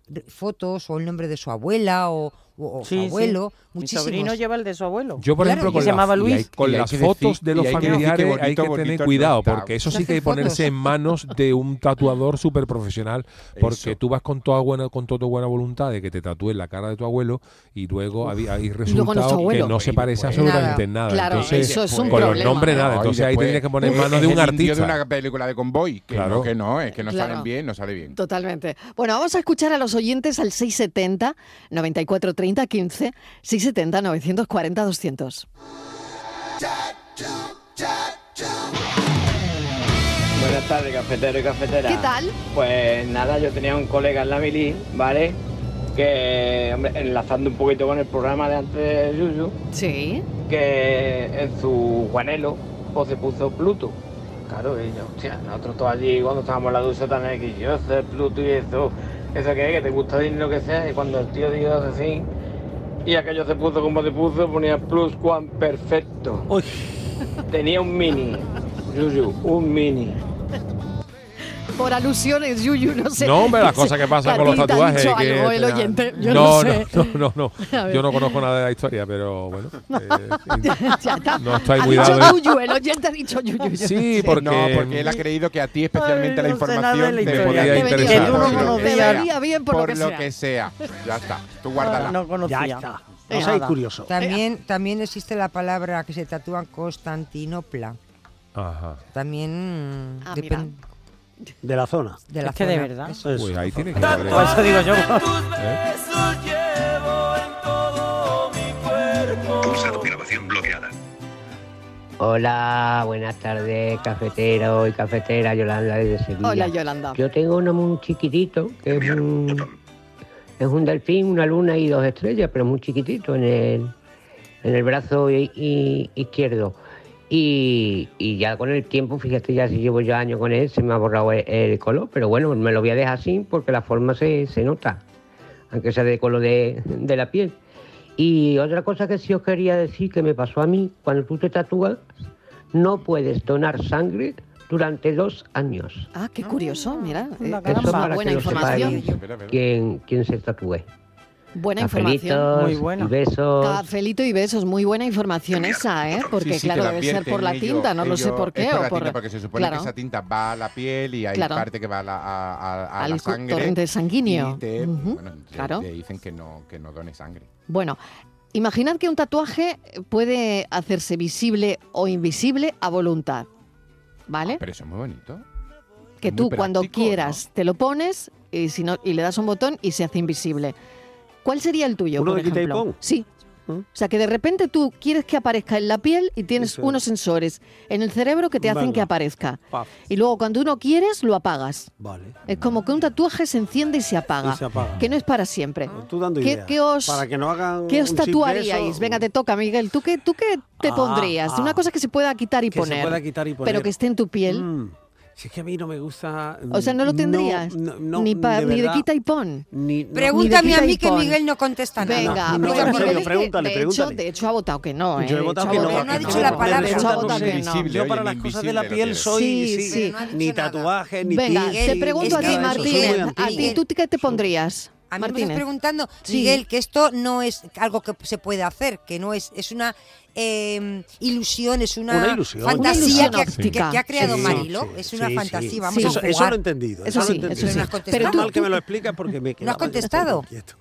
[SPEAKER 7] Re- Fotos o el nombre de su abuela o, o- o
[SPEAKER 8] Sí,
[SPEAKER 7] su
[SPEAKER 8] sí.
[SPEAKER 7] abuelo.
[SPEAKER 8] Mi
[SPEAKER 7] muchísimos.
[SPEAKER 8] sobrino lleva el de su abuelo.
[SPEAKER 9] Yo, por ejemplo,
[SPEAKER 8] que
[SPEAKER 9] con,
[SPEAKER 8] se
[SPEAKER 9] la-
[SPEAKER 8] llamaba
[SPEAKER 9] y
[SPEAKER 8] Luis.
[SPEAKER 9] hay- con
[SPEAKER 3] Y hay
[SPEAKER 9] las
[SPEAKER 3] que decir-
[SPEAKER 9] fotos de
[SPEAKER 3] y
[SPEAKER 9] los
[SPEAKER 3] hay que decir que
[SPEAKER 9] familiares
[SPEAKER 3] bonito,
[SPEAKER 9] hay que tener
[SPEAKER 3] bonito no
[SPEAKER 9] cuidado,
[SPEAKER 3] está.
[SPEAKER 9] porque eso
[SPEAKER 3] Se
[SPEAKER 9] sí que hay que
[SPEAKER 3] hacen
[SPEAKER 9] ponerse en manos de un tatuador súper profesional, porque tú vas con toda buena con toda tu buena voluntad de que te tatúes la cara de tu abuelo y luego había hay
[SPEAKER 2] luego nuestro
[SPEAKER 9] resultado que
[SPEAKER 2] abuelo.
[SPEAKER 9] no se
[SPEAKER 2] Y
[SPEAKER 9] parece
[SPEAKER 3] pues,
[SPEAKER 2] después-
[SPEAKER 9] absolutamente en
[SPEAKER 2] Nada.
[SPEAKER 9] nada.
[SPEAKER 2] Claro,
[SPEAKER 9] Entonces,
[SPEAKER 2] eso es un
[SPEAKER 9] con los
[SPEAKER 2] problema,
[SPEAKER 9] nombres
[SPEAKER 2] ¿eh?
[SPEAKER 9] nada. Entonces ahí tendrías que poner en manos de
[SPEAKER 3] pues, Es
[SPEAKER 9] un
[SPEAKER 3] el indio
[SPEAKER 9] artista.
[SPEAKER 3] de una película de convoy. Que
[SPEAKER 9] Claro.
[SPEAKER 3] no, que no, es que no
[SPEAKER 2] Claro.
[SPEAKER 3] salen bien, no sale bien.
[SPEAKER 2] Totalmente. Bueno, vamos a escuchar a los oyentes al 670 94 30 15 670 940 200.
[SPEAKER 15] Buenas tardes, cafetero y cafetera.
[SPEAKER 2] ¿Qué tal?
[SPEAKER 15] Pues nada, yo tenía un colega en la mili, ¿vale? Que, hombre, enlazando un poquito con el programa de antes de Yuyu.
[SPEAKER 2] Sí.
[SPEAKER 15] Que en su guanelo pues, se puso Pluto. Claro, y yo, hostia, nosotros todos allí cuando estábamos en la ducha tan aquí, yo soy Pluto y eso, eso que es, que te gusta decir lo que sea, y cuando el tío dijo así, y aquello se puso como se puso, ponía plus cuan perfecto. Tenía un mini, Yuyu, un mini.
[SPEAKER 2] Por alusiones, Yuyu, no sé.
[SPEAKER 9] No, hombre, las cosas que
[SPEAKER 2] [LAUGHS]
[SPEAKER 9] pasan con los
[SPEAKER 2] Katy, ¿te Este, ha
[SPEAKER 9] tatuajes.
[SPEAKER 2] dicho
[SPEAKER 9] que
[SPEAKER 2] algo el
[SPEAKER 9] te da-
[SPEAKER 2] oyente? Yo
[SPEAKER 9] no,
[SPEAKER 2] no sé.
[SPEAKER 9] no, no, no,
[SPEAKER 2] [LAUGHS] A
[SPEAKER 9] no.
[SPEAKER 2] ver.
[SPEAKER 9] Yo no conozco nada de la historia, pero
[SPEAKER 2] [LAUGHS]
[SPEAKER 9] bueno.
[SPEAKER 2] Ya está.
[SPEAKER 9] No estoy
[SPEAKER 2] ha
[SPEAKER 9] cuidado,
[SPEAKER 2] dicho
[SPEAKER 9] ¿eh?
[SPEAKER 2] Yuyu, el oyente ha dicho Yuyu. yo no sé.
[SPEAKER 9] Sí, porque...
[SPEAKER 3] No, porque él ha creído que a ti especialmente la información
[SPEAKER 9] te
[SPEAKER 3] te
[SPEAKER 9] podía
[SPEAKER 3] podía
[SPEAKER 9] interesar.
[SPEAKER 3] interesar.
[SPEAKER 9] Por lo que sea.
[SPEAKER 2] bien por lo que sea.
[SPEAKER 3] Ya está. Tú guárdala.
[SPEAKER 8] No conocía. Ya está.
[SPEAKER 3] No soy curioso.
[SPEAKER 7] También, también existe la palabra que se tatúa en Constantinopla.
[SPEAKER 9] Ajá.
[SPEAKER 7] También mm,
[SPEAKER 4] mira.
[SPEAKER 7] depen-
[SPEAKER 4] De la zona.
[SPEAKER 7] de la zona. Eso es.
[SPEAKER 9] Uy, ahí tiene que
[SPEAKER 7] Tanto
[SPEAKER 9] haber.
[SPEAKER 7] por eso digo yo.
[SPEAKER 3] [LAUGHS]
[SPEAKER 7] ¿Eh?
[SPEAKER 3] ¿Eh?
[SPEAKER 16] Pulsa tu grabación bloqueada.
[SPEAKER 17] Hola, buenas tardes, cafetero y cafetera, Yolanda desde Sevilla.
[SPEAKER 2] Hola, Yolanda.
[SPEAKER 17] Yo tengo uno muy chiquitito, que es un, es un delfín, una luna y dos estrellas, pero muy chiquitito en el, en el brazo i- i- izquierdo. Y, y ya con el tiempo, fíjate, ya si llevo ya años con él, se me ha borrado el, el color, pero bueno, me lo voy a dejar así porque la forma se, se nota, aunque sea de color de, de la piel. Y otra cosa que sí os quería decir que me pasó a mí, cuando tú te tatúas, no puedes donar sangre durante dos años.
[SPEAKER 2] Ah, qué curioso, mira. eh,
[SPEAKER 17] Eso
[SPEAKER 2] es una
[SPEAKER 17] para
[SPEAKER 2] buena
[SPEAKER 17] que lo
[SPEAKER 2] información.
[SPEAKER 17] sepáis quien, quien se tatúe.
[SPEAKER 2] Buena
[SPEAKER 17] Cafelitos
[SPEAKER 2] información.
[SPEAKER 17] Y besos.
[SPEAKER 2] Cafelito y besos, muy buena información esa, ¿eh? Porque
[SPEAKER 3] Sí, sí,
[SPEAKER 2] claro,
[SPEAKER 3] te lo
[SPEAKER 2] debe ser
[SPEAKER 3] advierten
[SPEAKER 2] por la
[SPEAKER 3] ellos,
[SPEAKER 2] tinta, no lo sé
[SPEAKER 3] ellos-
[SPEAKER 2] por qué.
[SPEAKER 3] Es por
[SPEAKER 2] o
[SPEAKER 3] la
[SPEAKER 2] por...
[SPEAKER 3] tinta, porque se supone
[SPEAKER 2] Claro.
[SPEAKER 3] que esa tinta va a la piel y hay
[SPEAKER 2] Claro.
[SPEAKER 3] parte que va a la, a, a- a
[SPEAKER 2] Al
[SPEAKER 3] la
[SPEAKER 2] cu-
[SPEAKER 3] sangre.
[SPEAKER 2] torrente sanguíneo.
[SPEAKER 3] Y te,
[SPEAKER 2] Ujú,
[SPEAKER 3] bueno, te-
[SPEAKER 2] claro.
[SPEAKER 3] te dicen que no, que no done sangre.
[SPEAKER 2] Bueno, imaginad que un tatuaje puede hacerse visible o invisible a voluntad, ¿vale?
[SPEAKER 3] Ah, Pero eso es muy bonito.
[SPEAKER 2] que
[SPEAKER 3] muy
[SPEAKER 2] tú cuando
[SPEAKER 3] práctico,
[SPEAKER 2] quieras te lo pones y, si no, y le das un botón y se hace invisible. ¿Cuál sería el tuyo,
[SPEAKER 4] ¿Uno
[SPEAKER 2] por
[SPEAKER 4] de quita y
[SPEAKER 2] ejemplo?
[SPEAKER 4] pon? ¿Ah?
[SPEAKER 2] Sí. O sea, que de repente tú quieres que aparezca en la piel y tienes
[SPEAKER 4] Eso es.
[SPEAKER 2] unos sensores en el cerebro que te hacen
[SPEAKER 4] Venga.
[SPEAKER 2] que aparezca.
[SPEAKER 4] Paf.
[SPEAKER 2] Y luego cuando uno quieres, lo apagas.
[SPEAKER 4] Vale.
[SPEAKER 2] Es como que un tatuaje se enciende y se apaga.
[SPEAKER 4] Y se apaga. Ah,
[SPEAKER 2] Que no es para siempre.
[SPEAKER 4] Tú dando
[SPEAKER 2] ¿Qué,
[SPEAKER 4] ideas.
[SPEAKER 2] qué os,
[SPEAKER 4] Para que no hagan
[SPEAKER 2] qué os
[SPEAKER 4] un chip de
[SPEAKER 2] tatuaríais?
[SPEAKER 4] eso,
[SPEAKER 2] Venga, te toca, Miguel. ¿Tú qué, tú qué te
[SPEAKER 4] Ah,
[SPEAKER 2] pondrías?
[SPEAKER 4] ah.
[SPEAKER 2] Una cosa que se pueda quitar y
[SPEAKER 4] que
[SPEAKER 2] poner.
[SPEAKER 4] se pueda quitar y poner.
[SPEAKER 2] Pero que esté en tu piel.
[SPEAKER 4] Mm, Si es que a mí no me gusta.
[SPEAKER 2] O sea, no lo tendrías.
[SPEAKER 4] no, no,
[SPEAKER 2] ni, pa-
[SPEAKER 4] de
[SPEAKER 2] ni de
[SPEAKER 4] verdad,
[SPEAKER 2] quita y pon.
[SPEAKER 4] ni- no.
[SPEAKER 7] Pregúntame
[SPEAKER 2] Ni
[SPEAKER 7] a
[SPEAKER 2] de
[SPEAKER 7] mí
[SPEAKER 2] quita y
[SPEAKER 7] que
[SPEAKER 2] pon.
[SPEAKER 7] Miguel no contesta nada.
[SPEAKER 2] Venga,
[SPEAKER 4] No, no,
[SPEAKER 2] porque
[SPEAKER 4] en serio,
[SPEAKER 2] Miguel es que,
[SPEAKER 4] pregúntale,
[SPEAKER 2] de Hecho,
[SPEAKER 4] pregúntale.
[SPEAKER 2] de hecho, ha votado que no. ¿eh?
[SPEAKER 4] Yo he votado
[SPEAKER 2] ha
[SPEAKER 4] que no.
[SPEAKER 2] votado
[SPEAKER 4] No ha
[SPEAKER 2] que
[SPEAKER 4] dicho la palabra.
[SPEAKER 2] De hecho, ha votado que no.
[SPEAKER 4] Yo para las cosas de la piel
[SPEAKER 2] Sí,
[SPEAKER 4] soy sí,
[SPEAKER 2] sí. Pero no ha
[SPEAKER 4] ni tatuajes, ni
[SPEAKER 2] Venga,
[SPEAKER 4] piercing,
[SPEAKER 2] te pregunto a
[SPEAKER 4] ni
[SPEAKER 2] ti,
[SPEAKER 4] nada de eso. Soy
[SPEAKER 2] Martínez.
[SPEAKER 4] muy
[SPEAKER 2] ¿A
[SPEAKER 4] antiguo.
[SPEAKER 2] ti tú qué te pondrías?
[SPEAKER 7] A mí me estás
[SPEAKER 2] Martínez.
[SPEAKER 7] preguntando,
[SPEAKER 2] Sí.
[SPEAKER 7] Miguel, que esto no es algo que se puede hacer, que no es, es una eh, ilusión, es una,
[SPEAKER 4] Una ilusión.
[SPEAKER 7] fantasía
[SPEAKER 4] Una ilusión
[SPEAKER 7] que ha- que,
[SPEAKER 4] óptica.
[SPEAKER 7] que ha creado
[SPEAKER 4] Sí,
[SPEAKER 7] Marilo,
[SPEAKER 4] sí,
[SPEAKER 7] es una
[SPEAKER 4] sí,
[SPEAKER 7] fantasía,
[SPEAKER 4] sí.
[SPEAKER 7] vamos a
[SPEAKER 4] eso,
[SPEAKER 7] jugar.
[SPEAKER 4] eso lo he entendido.
[SPEAKER 7] Eso
[SPEAKER 4] lo he
[SPEAKER 7] sí,
[SPEAKER 4] entendido.
[SPEAKER 7] eso sí. Pero
[SPEAKER 4] Menos
[SPEAKER 7] tú-
[SPEAKER 4] mal que me lo explicas porque me he
[SPEAKER 7] ¿No has
[SPEAKER 4] quedado
[SPEAKER 7] contestado?
[SPEAKER 4] inquieto.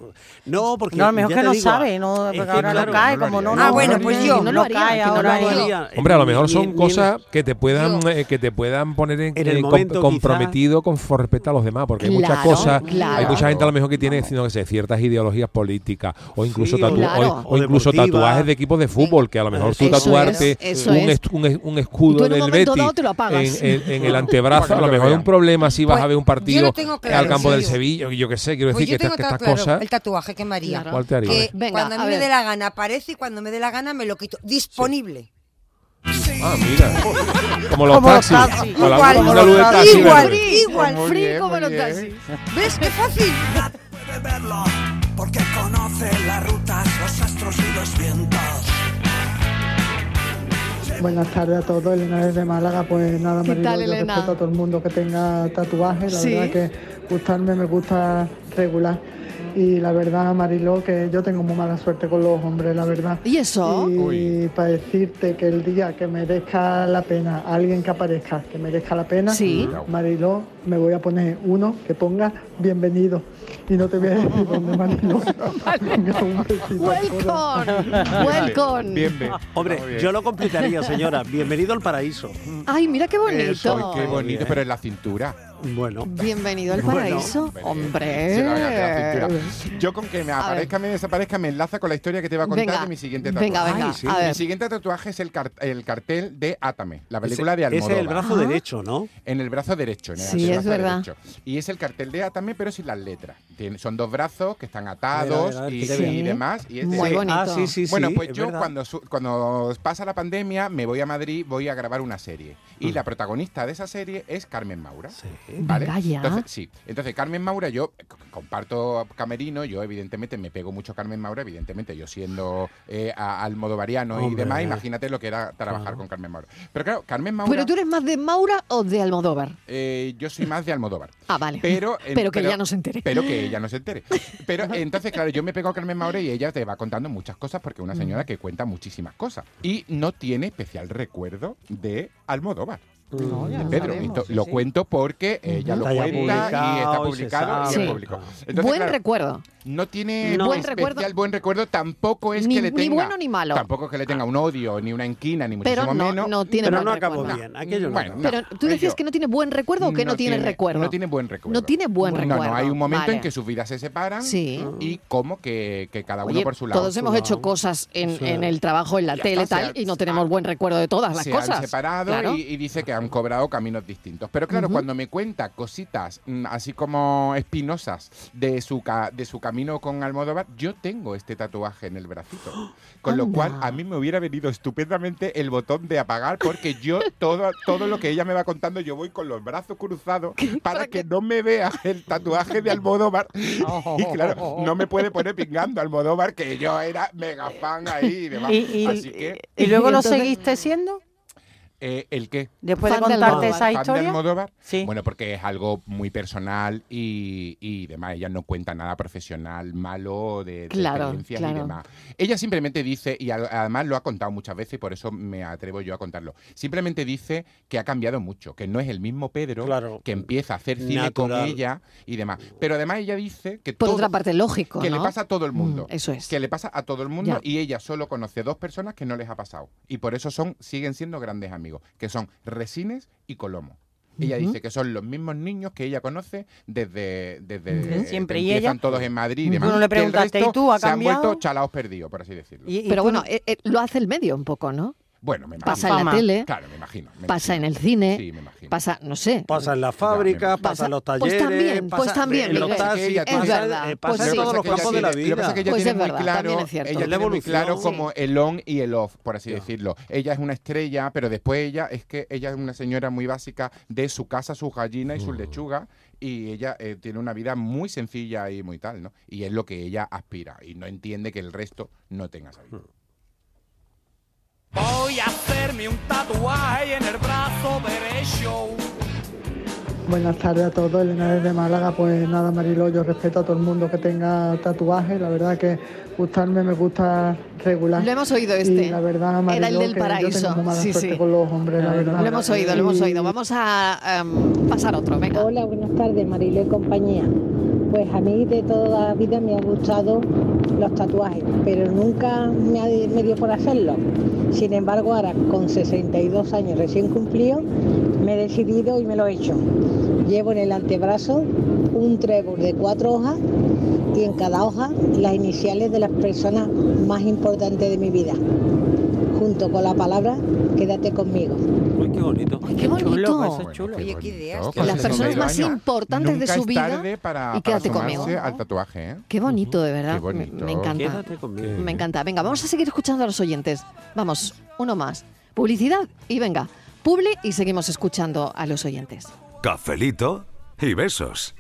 [SPEAKER 4] No, porque
[SPEAKER 8] No, a lo mejor
[SPEAKER 4] ya
[SPEAKER 8] que
[SPEAKER 4] te
[SPEAKER 8] no
[SPEAKER 4] digo,
[SPEAKER 8] sabe, no,
[SPEAKER 4] es
[SPEAKER 8] porque
[SPEAKER 4] que,
[SPEAKER 8] ahora no
[SPEAKER 4] claro,
[SPEAKER 8] cae,
[SPEAKER 4] lo
[SPEAKER 8] como no,
[SPEAKER 4] haría.
[SPEAKER 8] no, Ah, bueno, no pues haría, yo. que no lo haría,
[SPEAKER 4] cae
[SPEAKER 8] que no lo
[SPEAKER 4] ahora.
[SPEAKER 8] haría.
[SPEAKER 9] Hombre, a lo mejor son
[SPEAKER 4] Ni- ni-
[SPEAKER 9] cosas que te puedan eh, que te puedan poner en,
[SPEAKER 4] En el
[SPEAKER 9] eh, com-
[SPEAKER 4] momento,
[SPEAKER 9] comprometido con con respeto a los demás, porque hay muchas
[SPEAKER 4] Claro,
[SPEAKER 9] cosas, hay
[SPEAKER 4] claro.
[SPEAKER 9] mucha gente a lo mejor que tiene, sino que sé, ciertas ideologías políticas o incluso
[SPEAKER 4] Sí,
[SPEAKER 9] tatu-
[SPEAKER 4] claro.
[SPEAKER 9] o- o
[SPEAKER 4] O
[SPEAKER 9] incluso
[SPEAKER 4] deportivas.
[SPEAKER 9] tatuajes de equipos de fútbol, que a lo mejor tú
[SPEAKER 4] Eso es,
[SPEAKER 9] tatuarte
[SPEAKER 2] eso
[SPEAKER 9] un,
[SPEAKER 2] es.
[SPEAKER 9] est- un es- un escudo
[SPEAKER 2] Tú en un
[SPEAKER 9] del
[SPEAKER 2] momento
[SPEAKER 9] Betis
[SPEAKER 2] dado te lo apagas. Pues
[SPEAKER 9] en, en- en el antebrazo, a lo mejor es un problema si vas a ver un partido
[SPEAKER 7] lo tengo claro,
[SPEAKER 9] al campo
[SPEAKER 7] sí.
[SPEAKER 9] del Sevilla, yo qué sé, quiero
[SPEAKER 7] Pues
[SPEAKER 9] decir
[SPEAKER 7] yo
[SPEAKER 9] que,
[SPEAKER 7] tengo
[SPEAKER 9] estas- que
[SPEAKER 7] tan
[SPEAKER 9] estas
[SPEAKER 7] claro
[SPEAKER 9] cosas
[SPEAKER 7] el tatuaje que María.
[SPEAKER 9] Claro. ¿Cuál te harías?
[SPEAKER 7] Que
[SPEAKER 2] Venga,
[SPEAKER 7] cuando a mí
[SPEAKER 2] a
[SPEAKER 7] me
[SPEAKER 2] ver.
[SPEAKER 7] dé la gana aparece y cuando me dé la gana me lo quito. Disponible.
[SPEAKER 9] Ah, mira. [LAUGHS] Como los
[SPEAKER 7] Como los
[SPEAKER 9] taxis.
[SPEAKER 7] taxis.
[SPEAKER 9] Con la-
[SPEAKER 7] Igual,
[SPEAKER 9] una luz de
[SPEAKER 7] igual,
[SPEAKER 9] taxi
[SPEAKER 7] igual,
[SPEAKER 9] verde.
[SPEAKER 7] igual, Muy free bien, como muy los bien. taxis. ¿Ves qué fácil?
[SPEAKER 18] porque conoce las rutas, los astros y los vientos.
[SPEAKER 19] Buenas tardes a todos, Elena desde Málaga. Pues nada,
[SPEAKER 2] ¿Qué
[SPEAKER 19] me
[SPEAKER 2] tal,
[SPEAKER 19] yo
[SPEAKER 2] Elena?
[SPEAKER 19] respeto a todo el mundo que tenga tatuajes. La
[SPEAKER 2] Sí.
[SPEAKER 19] verdad que gustarme me gusta regular. Y la verdad, Mariló, que yo tengo muy mala suerte con los hombres, la verdad.
[SPEAKER 2] ¿Y eso?
[SPEAKER 19] Y para decirte que el día que merezca la pena, alguien que aparezca, que merezca la pena,
[SPEAKER 2] Sí.
[SPEAKER 19] Mariló, me voy a poner uno que ponga bienvenido. Y no te voy a decir dónde,
[SPEAKER 2] [LAUGHS]
[SPEAKER 19] Mariló. Venga, un besito a todos.
[SPEAKER 2] Welcome.
[SPEAKER 4] Hombre, yo lo completaría, señora. Bienvenido al paraíso.
[SPEAKER 2] Ay, mira qué bonito.
[SPEAKER 4] Eso,
[SPEAKER 3] Qué bonito, pero en la cintura.
[SPEAKER 4] Bueno.
[SPEAKER 2] Bienvenido al
[SPEAKER 3] Bueno,
[SPEAKER 2] paraíso,
[SPEAKER 3] Se la voy a quedar
[SPEAKER 2] hombre.
[SPEAKER 3] cintura. Yo con que me
[SPEAKER 2] A ver.
[SPEAKER 3] aparezca, me desaparezca, me enlaza con la historia que te va a contar
[SPEAKER 2] Venga,
[SPEAKER 3] de mi siguiente tatuaje.
[SPEAKER 2] venga, venga, Ay, sí. a ver.
[SPEAKER 3] Mi siguiente tatuaje es el, car- el cartel de Átame, la
[SPEAKER 4] Ese-
[SPEAKER 3] película de
[SPEAKER 4] ese es
[SPEAKER 3] Almodóvar.
[SPEAKER 4] el brazo Ajá. derecho, ¿no?
[SPEAKER 3] En el brazo derecho. En el
[SPEAKER 2] Sí,
[SPEAKER 3] antebrazo
[SPEAKER 2] es verdad.
[SPEAKER 3] derecho. Y es el cartel de Átame, pero sin las letras. Tiene- son dos brazos que están atados
[SPEAKER 4] A ver, a ver,
[SPEAKER 3] y,
[SPEAKER 4] que te vea.
[SPEAKER 3] y demás. Y es-
[SPEAKER 2] Muy Sí. bonito. Ah, sí, sí,
[SPEAKER 3] Bueno,
[SPEAKER 4] sí,
[SPEAKER 3] pues
[SPEAKER 4] es
[SPEAKER 3] yo
[SPEAKER 4] verdad.
[SPEAKER 3] cuando, su- cuando pasa la pandemia me voy a Madrid, voy a grabar una serie.
[SPEAKER 4] Mm.
[SPEAKER 3] Y la protagonista de esa serie es Carmen Maura. ¿Vale?
[SPEAKER 2] Venga ya.
[SPEAKER 3] Entonces, sí. Entonces, Carmen Maura, yo c- comparto camerino, yo evidentemente me pego mucho a Carmen Maura, evidentemente yo siendo eh, a- almodovariano y
[SPEAKER 4] Hombre.
[SPEAKER 3] demás, imagínate lo que era trabajar con Carmen Maura. Pero claro, Carmen Maura,
[SPEAKER 2] Pero tú eres más de Maura o de Almodóvar.
[SPEAKER 3] eh, yo soy más de Almodóvar.
[SPEAKER 2] [LAUGHS] Ah, vale.
[SPEAKER 3] Pero, eh,
[SPEAKER 2] que ya no se entere.
[SPEAKER 3] Pero que ella no se entere. Pero
[SPEAKER 2] [LAUGHS]
[SPEAKER 3] entonces, claro, yo me pego a Carmen Maura y ella te va contando muchas cosas porque es una
[SPEAKER 2] Mm.
[SPEAKER 3] señora que cuenta muchísimas cosas. Y no tiene especial recuerdo de Almodóvar.
[SPEAKER 9] Mm. No, ya
[SPEAKER 3] de
[SPEAKER 9] lo
[SPEAKER 3] Pedro,
[SPEAKER 9] sabemos,
[SPEAKER 3] Esto
[SPEAKER 9] sí,
[SPEAKER 3] lo
[SPEAKER 9] sí.
[SPEAKER 3] cuento porque ella eh,
[SPEAKER 9] Ujú.
[SPEAKER 3] lo
[SPEAKER 9] Está ya
[SPEAKER 3] cuenta y está
[SPEAKER 9] publicado y se
[SPEAKER 3] publicado y,
[SPEAKER 2] sabe.
[SPEAKER 3] es
[SPEAKER 2] Sí.
[SPEAKER 3] público.
[SPEAKER 2] buen
[SPEAKER 3] claro,
[SPEAKER 2] recuerdo.
[SPEAKER 3] no tiene
[SPEAKER 2] No. Buen
[SPEAKER 3] buen
[SPEAKER 2] recuerdo.
[SPEAKER 3] recuerdo. buen recuerdo, tampoco es
[SPEAKER 2] Ni-
[SPEAKER 3] que le
[SPEAKER 2] ni
[SPEAKER 3] tenga.
[SPEAKER 2] bueno ni malo.
[SPEAKER 3] Tampoco es que le tenga un odio, ni una inquina, ni
[SPEAKER 2] Pero
[SPEAKER 3] muchísimo
[SPEAKER 2] no-
[SPEAKER 3] menos.
[SPEAKER 2] no tiene Pero buen no acabó recuerdo.
[SPEAKER 4] bien, aquello no
[SPEAKER 3] Bueno,
[SPEAKER 4] acabó.
[SPEAKER 2] Pero tú decías
[SPEAKER 3] ello
[SPEAKER 2] que no tiene buen recuerdo o que no, tiene, recuerdo.
[SPEAKER 3] No tiene buen recuerdo.
[SPEAKER 2] No tiene buen
[SPEAKER 3] No,
[SPEAKER 2] recuerdo.
[SPEAKER 3] No, hay un momento
[SPEAKER 2] Vale.
[SPEAKER 3] en que sus vidas se separan
[SPEAKER 2] Sí.
[SPEAKER 3] y como que, que cada uno
[SPEAKER 2] Oye,
[SPEAKER 3] por su lado.
[SPEAKER 2] Todos hemos hecho cosas en, en el trabajo, en la
[SPEAKER 3] Ya
[SPEAKER 2] tele
[SPEAKER 3] está,
[SPEAKER 2] tal,
[SPEAKER 3] se ha-
[SPEAKER 2] y no tenemos buen recuerdo de todas las
[SPEAKER 3] se
[SPEAKER 2] cosas.
[SPEAKER 3] han separado
[SPEAKER 2] Claro.
[SPEAKER 3] y, y dice que han cobrado caminos distintos. Pero claro,
[SPEAKER 2] Ujú.
[SPEAKER 3] cuando me cuenta cositas mm, así como espinosas de su, ca- de su camino con Almodóvar, yo tengo este tatuaje en el bracito. Con lo
[SPEAKER 20] Anda.
[SPEAKER 3] cual, a mí me hubiera venido estupendamente el botón de apagar, porque yo todo, todo lo que ella me va contando, yo voy con los brazos cruzados para que no me vea el tatuaje de Almodóvar. [LAUGHS] Y claro, no me puede poner pingando Almodóvar, que yo era mega fan ahí
[SPEAKER 9] [LAUGHS]
[SPEAKER 3] y demás.
[SPEAKER 8] Y, y-
[SPEAKER 3] Así que,
[SPEAKER 8] y luego lo
[SPEAKER 3] Entonces,
[SPEAKER 8] seguiste siendo.
[SPEAKER 3] eh, ¿El qué?
[SPEAKER 8] Después de Fan de contarte Almodóvar. esa
[SPEAKER 3] ¿Fan de
[SPEAKER 8] historia.
[SPEAKER 3] Almodóvar? Bueno, porque es algo muy personal y, y demás. Ella no cuenta nada profesional, malo, de, de
[SPEAKER 2] Claro,
[SPEAKER 3] experiencias
[SPEAKER 2] claro.
[SPEAKER 3] y demás. Ella simplemente dice, y al- además lo ha contado muchas veces y por eso me atrevo yo a contarlo, simplemente dice que ha cambiado mucho, que no es el mismo Pedro que empieza a hacer cine con
[SPEAKER 4] Natural.
[SPEAKER 3] ella y demás. Pero además ella dice que...
[SPEAKER 2] Por
[SPEAKER 3] todo-
[SPEAKER 2] otra parte, lógico,
[SPEAKER 3] Que le
[SPEAKER 2] ¿no?
[SPEAKER 3] pasa a todo el mundo.
[SPEAKER 2] Mm, eso es.
[SPEAKER 3] Que le pasa a todo el mundo
[SPEAKER 2] Ya.
[SPEAKER 3] y ella solo conoce dos personas que no les ha pasado. Y por eso son, siguen siendo grandes amigos, que son Resines y Colomo. Ella
[SPEAKER 20] Ujú.
[SPEAKER 3] dice que son los mismos niños que ella conoce desde, desde
[SPEAKER 8] Desde
[SPEAKER 3] que
[SPEAKER 8] siempre. ¿Y
[SPEAKER 3] empiezan
[SPEAKER 8] ella?
[SPEAKER 3] todos en Madrid y
[SPEAKER 8] Tú
[SPEAKER 3] demás.
[SPEAKER 8] no le
[SPEAKER 3] Que el
[SPEAKER 8] preguntaste,
[SPEAKER 3] resto
[SPEAKER 8] ¿y tú, ha
[SPEAKER 3] se han
[SPEAKER 8] cambiado?
[SPEAKER 3] vuelto chalaos perdidos, por así decirlo.
[SPEAKER 2] Pero bueno, eh, eh, lo hace el medio un poco, ¿no?
[SPEAKER 3] Bueno, me imagino.
[SPEAKER 2] Pasa en la tele.
[SPEAKER 3] Claro, me imagino. me
[SPEAKER 2] Pasa en
[SPEAKER 3] imagino.
[SPEAKER 2] el cine.
[SPEAKER 3] Sí, me imagino.
[SPEAKER 2] Pasa, no sé.
[SPEAKER 4] Pasa en las fábricas, pasa en los talleres,
[SPEAKER 2] Pues también,
[SPEAKER 4] pasa
[SPEAKER 2] pues también,
[SPEAKER 4] en los
[SPEAKER 2] Miguel.
[SPEAKER 4] taxis,
[SPEAKER 2] es
[SPEAKER 4] pasa,
[SPEAKER 2] verdad.
[SPEAKER 4] eh, pasa
[SPEAKER 2] pues
[SPEAKER 4] en
[SPEAKER 2] sí.
[SPEAKER 4] todos los campos de la vida.
[SPEAKER 3] Lo que pasa es que ella
[SPEAKER 2] Pues
[SPEAKER 3] tiene
[SPEAKER 2] es
[SPEAKER 3] muy
[SPEAKER 2] verdad,
[SPEAKER 3] claro,
[SPEAKER 2] también es cierto.
[SPEAKER 3] ella
[SPEAKER 2] Es la
[SPEAKER 3] tiene muy
[SPEAKER 2] evolución.
[SPEAKER 3] claro como
[SPEAKER 2] Sí.
[SPEAKER 3] el on y el off, por así decirlo. Ella es una estrella, pero después ella es que ella es una señora muy básica de su casa, sus gallinas y
[SPEAKER 2] Mm.
[SPEAKER 3] sus lechugas. Y ella eh, tiene una vida muy sencilla y muy tal, ¿no? Y es lo que ella aspira. Y no entiende que el resto no tenga esa vida.
[SPEAKER 2] Mm.
[SPEAKER 18] Voy a hacerme un tatuaje en el brazo derecho.
[SPEAKER 19] Buenas tardes a todos, Elena desde Málaga. Pues nada, Marilo, yo respeto a todo el mundo que tenga tatuaje. La verdad que gustarme me gusta regular.
[SPEAKER 2] Lo hemos oído este.
[SPEAKER 19] Y la verdad, Mariló,
[SPEAKER 2] Era el del
[SPEAKER 19] que yo tengo
[SPEAKER 2] paraíso.
[SPEAKER 19] muy mala
[SPEAKER 2] Sí,
[SPEAKER 19] suerte
[SPEAKER 2] sí.
[SPEAKER 19] con los hombres, la verdad.
[SPEAKER 2] Lo hemos oído, lo hemos
[SPEAKER 19] Y-
[SPEAKER 2] oído. Vamos a em, pasar otro, venga.
[SPEAKER 21] Hola, buenas tardes, Marilo y compañía. Pues a mí de toda la vida me ha gustado los tatuajes, pero nunca me, ha- me dio por hacerlo. Sin embargo, ahora con 62 años recién cumplidos, me he decidido y me lo he hecho. Llevo en el antebrazo un trébol de cuatro hojas y en cada hoja las iniciales de las personas más importantes de mi vida, junto con la palabra quédate conmigo.
[SPEAKER 4] Uy, qué bonito.
[SPEAKER 2] qué bonito.
[SPEAKER 7] Oye, qué ideas.
[SPEAKER 3] Ojo,
[SPEAKER 2] que las
[SPEAKER 3] con
[SPEAKER 2] personas
[SPEAKER 3] 62
[SPEAKER 2] más
[SPEAKER 3] años.
[SPEAKER 2] importantes de
[SPEAKER 3] Nunca
[SPEAKER 2] su
[SPEAKER 3] es
[SPEAKER 2] vida
[SPEAKER 3] tarde para, para
[SPEAKER 2] y quédate conmigo. Ah.
[SPEAKER 3] sumarse al tatuaje, ¿eh?
[SPEAKER 2] Qué bonito, de verdad.
[SPEAKER 3] Qué
[SPEAKER 2] Me-
[SPEAKER 3] bonito.
[SPEAKER 2] Me encanta.
[SPEAKER 3] Quédate conmigo.
[SPEAKER 2] Me encanta. Venga, vamos a seguir escuchando a los oyentes. Vamos, uno más. Publicidad y venga, publi y seguimos escuchando a los oyentes.
[SPEAKER 1] Cafelito y besos.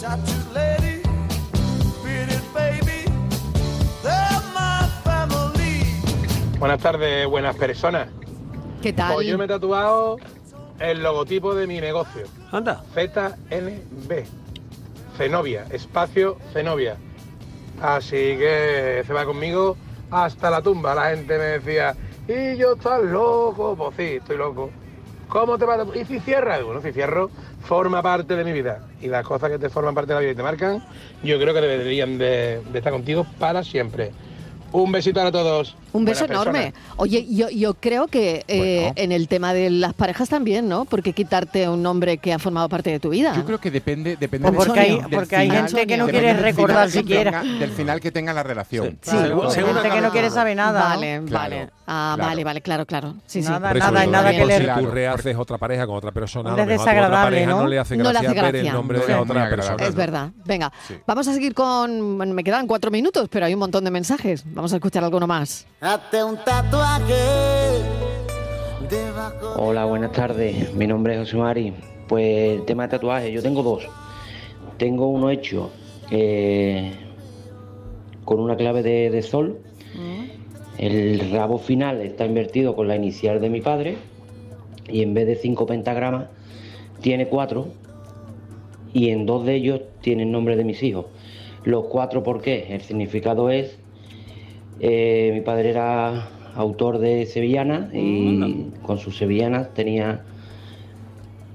[SPEAKER 18] Tattoo lady, bearded baby, they're my family.
[SPEAKER 15] Buenas tardes, buenas personas.
[SPEAKER 2] ¿Qué tal?
[SPEAKER 15] Pues yo me he tatuado el logotipo de mi negocio. Anda. ZNB. Zenobia. Espacio Zenobia. Así que se va conmigo hasta la tumba. La gente me decía, y yo estás loco. Pues sí, estoy loco. ¿Cómo te va? a tatu- ¿Y si cierras? Bueno, si cierro, forma parte de mi vida. Y las cosas que te forman parte de la vida y te marcan, yo creo que deberían de, de estar contigo para siempre. Un besito a todos.
[SPEAKER 2] Un beso
[SPEAKER 15] Buenas
[SPEAKER 2] enorme.
[SPEAKER 15] personas.
[SPEAKER 2] Oye, yo, yo creo que eh, en el tema de las parejas también, ¿no? Porque quitarte un nombre que ha formado parte de tu vida.
[SPEAKER 3] Yo creo que depende, depende
[SPEAKER 2] Ah. O porque hay-
[SPEAKER 3] del
[SPEAKER 2] porque hay gente que no
[SPEAKER 3] depende
[SPEAKER 2] quiere
[SPEAKER 3] del final
[SPEAKER 2] recordar
[SPEAKER 3] que
[SPEAKER 2] siquiera.
[SPEAKER 3] tenga- del final que tenga la relación.
[SPEAKER 2] Sí, claro.
[SPEAKER 8] Seguro que no quiere saber nada.
[SPEAKER 2] Vale,
[SPEAKER 8] ¿no?
[SPEAKER 2] vale. Ah,
[SPEAKER 8] claro.
[SPEAKER 2] vale, vale, claro, claro. Sí, sí.
[SPEAKER 8] Nada, nada, nada que
[SPEAKER 9] Si
[SPEAKER 8] le.
[SPEAKER 9] tú rehaces otra pareja con otra persona, a lo
[SPEAKER 8] Es
[SPEAKER 9] mejor a tu otra
[SPEAKER 8] desagradable,
[SPEAKER 9] pareja no,
[SPEAKER 8] ¿no?
[SPEAKER 9] le hace
[SPEAKER 2] No
[SPEAKER 9] gracia,
[SPEAKER 2] le hace
[SPEAKER 9] ver
[SPEAKER 2] gracia.
[SPEAKER 9] el nombre de
[SPEAKER 2] No,
[SPEAKER 9] la
[SPEAKER 2] no
[SPEAKER 9] otra
[SPEAKER 2] es
[SPEAKER 9] persona.
[SPEAKER 2] Es
[SPEAKER 9] ¿no?
[SPEAKER 2] verdad. Venga, vamos a seguir con... bueno, Me quedan cuatro minutos, pero hay un montón de mensajes. Vamos a escuchar alguno más.
[SPEAKER 18] Hazte un tatuaje debajo
[SPEAKER 22] Hola, buenas tardes. Mi nombre es José Mari. Pues el tema de tatuaje, yo tengo dos. Tengo uno hecho eh, con una clave de, de sol. El rabo final está invertido con la inicial de mi padre y en vez de cinco pentagramas tiene cuatro y en dos de ellos tiene el nombre de mis hijos. Los cuatro, ¿por qué? El significado es eh, mi padre era autor de sevillanas y con sus sevillanas tenía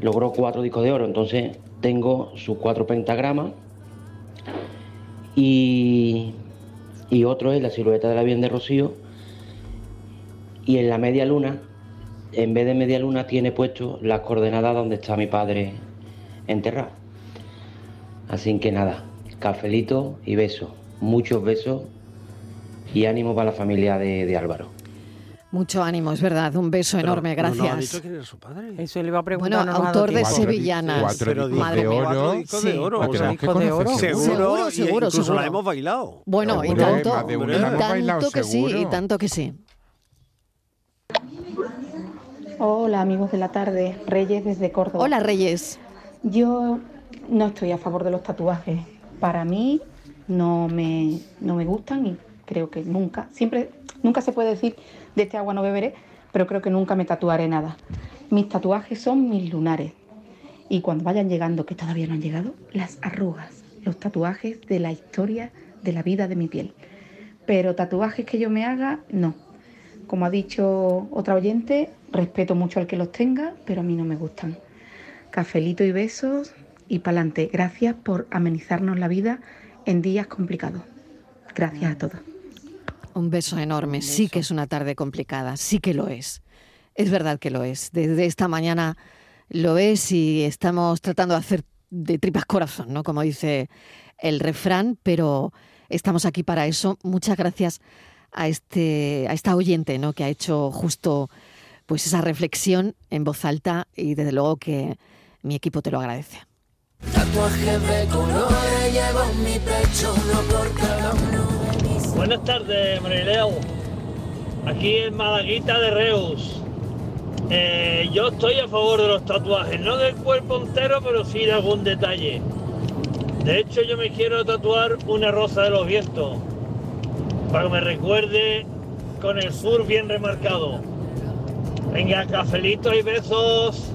[SPEAKER 22] logró cuatro discos de oro. Entonces tengo sus cuatro pentagramas y, y otro es la silueta de la Virgen de Rocío y en la media luna, en vez de media luna tiene puesto las coordenadas donde está mi padre enterrado. Así que nada, cafelito y besos, muchos besos y ánimo para la familia de, de Álvaro.
[SPEAKER 2] Mucho ánimo, es verdad. Un beso enorme,
[SPEAKER 4] Pero no, no, ha
[SPEAKER 3] Pues
[SPEAKER 2] gracias.
[SPEAKER 4] dicho quién era su padre.
[SPEAKER 8] Eso le iba a preguntar. no
[SPEAKER 2] Bueno,
[SPEAKER 8] nos ha dado
[SPEAKER 2] autor de
[SPEAKER 8] tiempo.
[SPEAKER 2] Sevillanas.
[SPEAKER 3] Cuatro discos
[SPEAKER 2] Madre
[SPEAKER 3] de
[SPEAKER 2] mía.
[SPEAKER 3] oro.
[SPEAKER 4] Cuatro discos de
[SPEAKER 3] Sí.
[SPEAKER 4] oro.
[SPEAKER 3] La tenemos que
[SPEAKER 4] discos de
[SPEAKER 3] conocer.
[SPEAKER 4] oro.
[SPEAKER 3] Seguro,
[SPEAKER 4] Seguro, y
[SPEAKER 2] seguro,
[SPEAKER 4] Incluso
[SPEAKER 2] seguro.
[SPEAKER 4] la hemos bailado.
[SPEAKER 2] Bueno, y
[SPEAKER 4] Seguro,
[SPEAKER 2] tanto,
[SPEAKER 4] más de una
[SPEAKER 2] y
[SPEAKER 4] la hemos
[SPEAKER 2] tanto
[SPEAKER 4] bailado,
[SPEAKER 2] que sí, y
[SPEAKER 4] seguro.
[SPEAKER 2] tanto que sí.
[SPEAKER 5] Hola amigos de la tarde, Reyes desde Córdoba.
[SPEAKER 2] Hola Reyes.
[SPEAKER 5] Yo no estoy a favor de los tatuajes. Para mí no me, no me gustan y creo que nunca, siempre, nunca se puede decir de este agua no beberé, pero creo que nunca me tatuaré nada. Mis tatuajes son mis lunares y cuando vayan llegando, que todavía no han llegado, las arrugas, los tatuajes de la historia de la vida de mi piel. Pero tatuajes que yo me haga, no. Como ha dicho otra oyente, respeto mucho al que los tenga, pero a mí no me gustan. Cafelito y besos y pa'lante. Gracias por amenizarnos la vida en días complicados. Gracias a todos.
[SPEAKER 2] Un beso enorme. Sí que es una tarde complicada, sí que lo es. Es verdad que lo es. Desde esta mañana lo es y estamos tratando de hacer de tripas corazón, ¿no? Como dice el refrán, pero estamos aquí para eso. Muchas gracias a este a esta oyente, ¿no? que ha hecho justo pues esa reflexión en voz alta y desde luego que mi equipo te lo agradece.
[SPEAKER 18] Tatuajes de colores llevo en mi pecho, no porque
[SPEAKER 20] Buenas tardes, Marileo. Aquí en Malaguita de Reus. Eh, yo estoy a favor de los tatuajes, no del cuerpo entero, pero sí de algún detalle. De hecho, yo me quiero tatuar una rosa de los vientos, para que me recuerde con el sur bien remarcado. Venga, cafelitos y besos.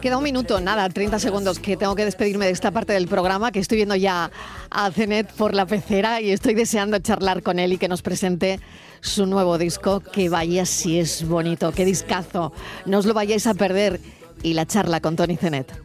[SPEAKER 2] Queda un minuto, nada, 30 segundos que tengo que despedirme de esta parte del programa, que estoy viendo ya a Zenet por la pecera y estoy deseando charlar con él y que nos presente su nuevo disco, que vaya si es bonito, qué discazo, no os lo vayáis a perder y la charla con Tony Zenet.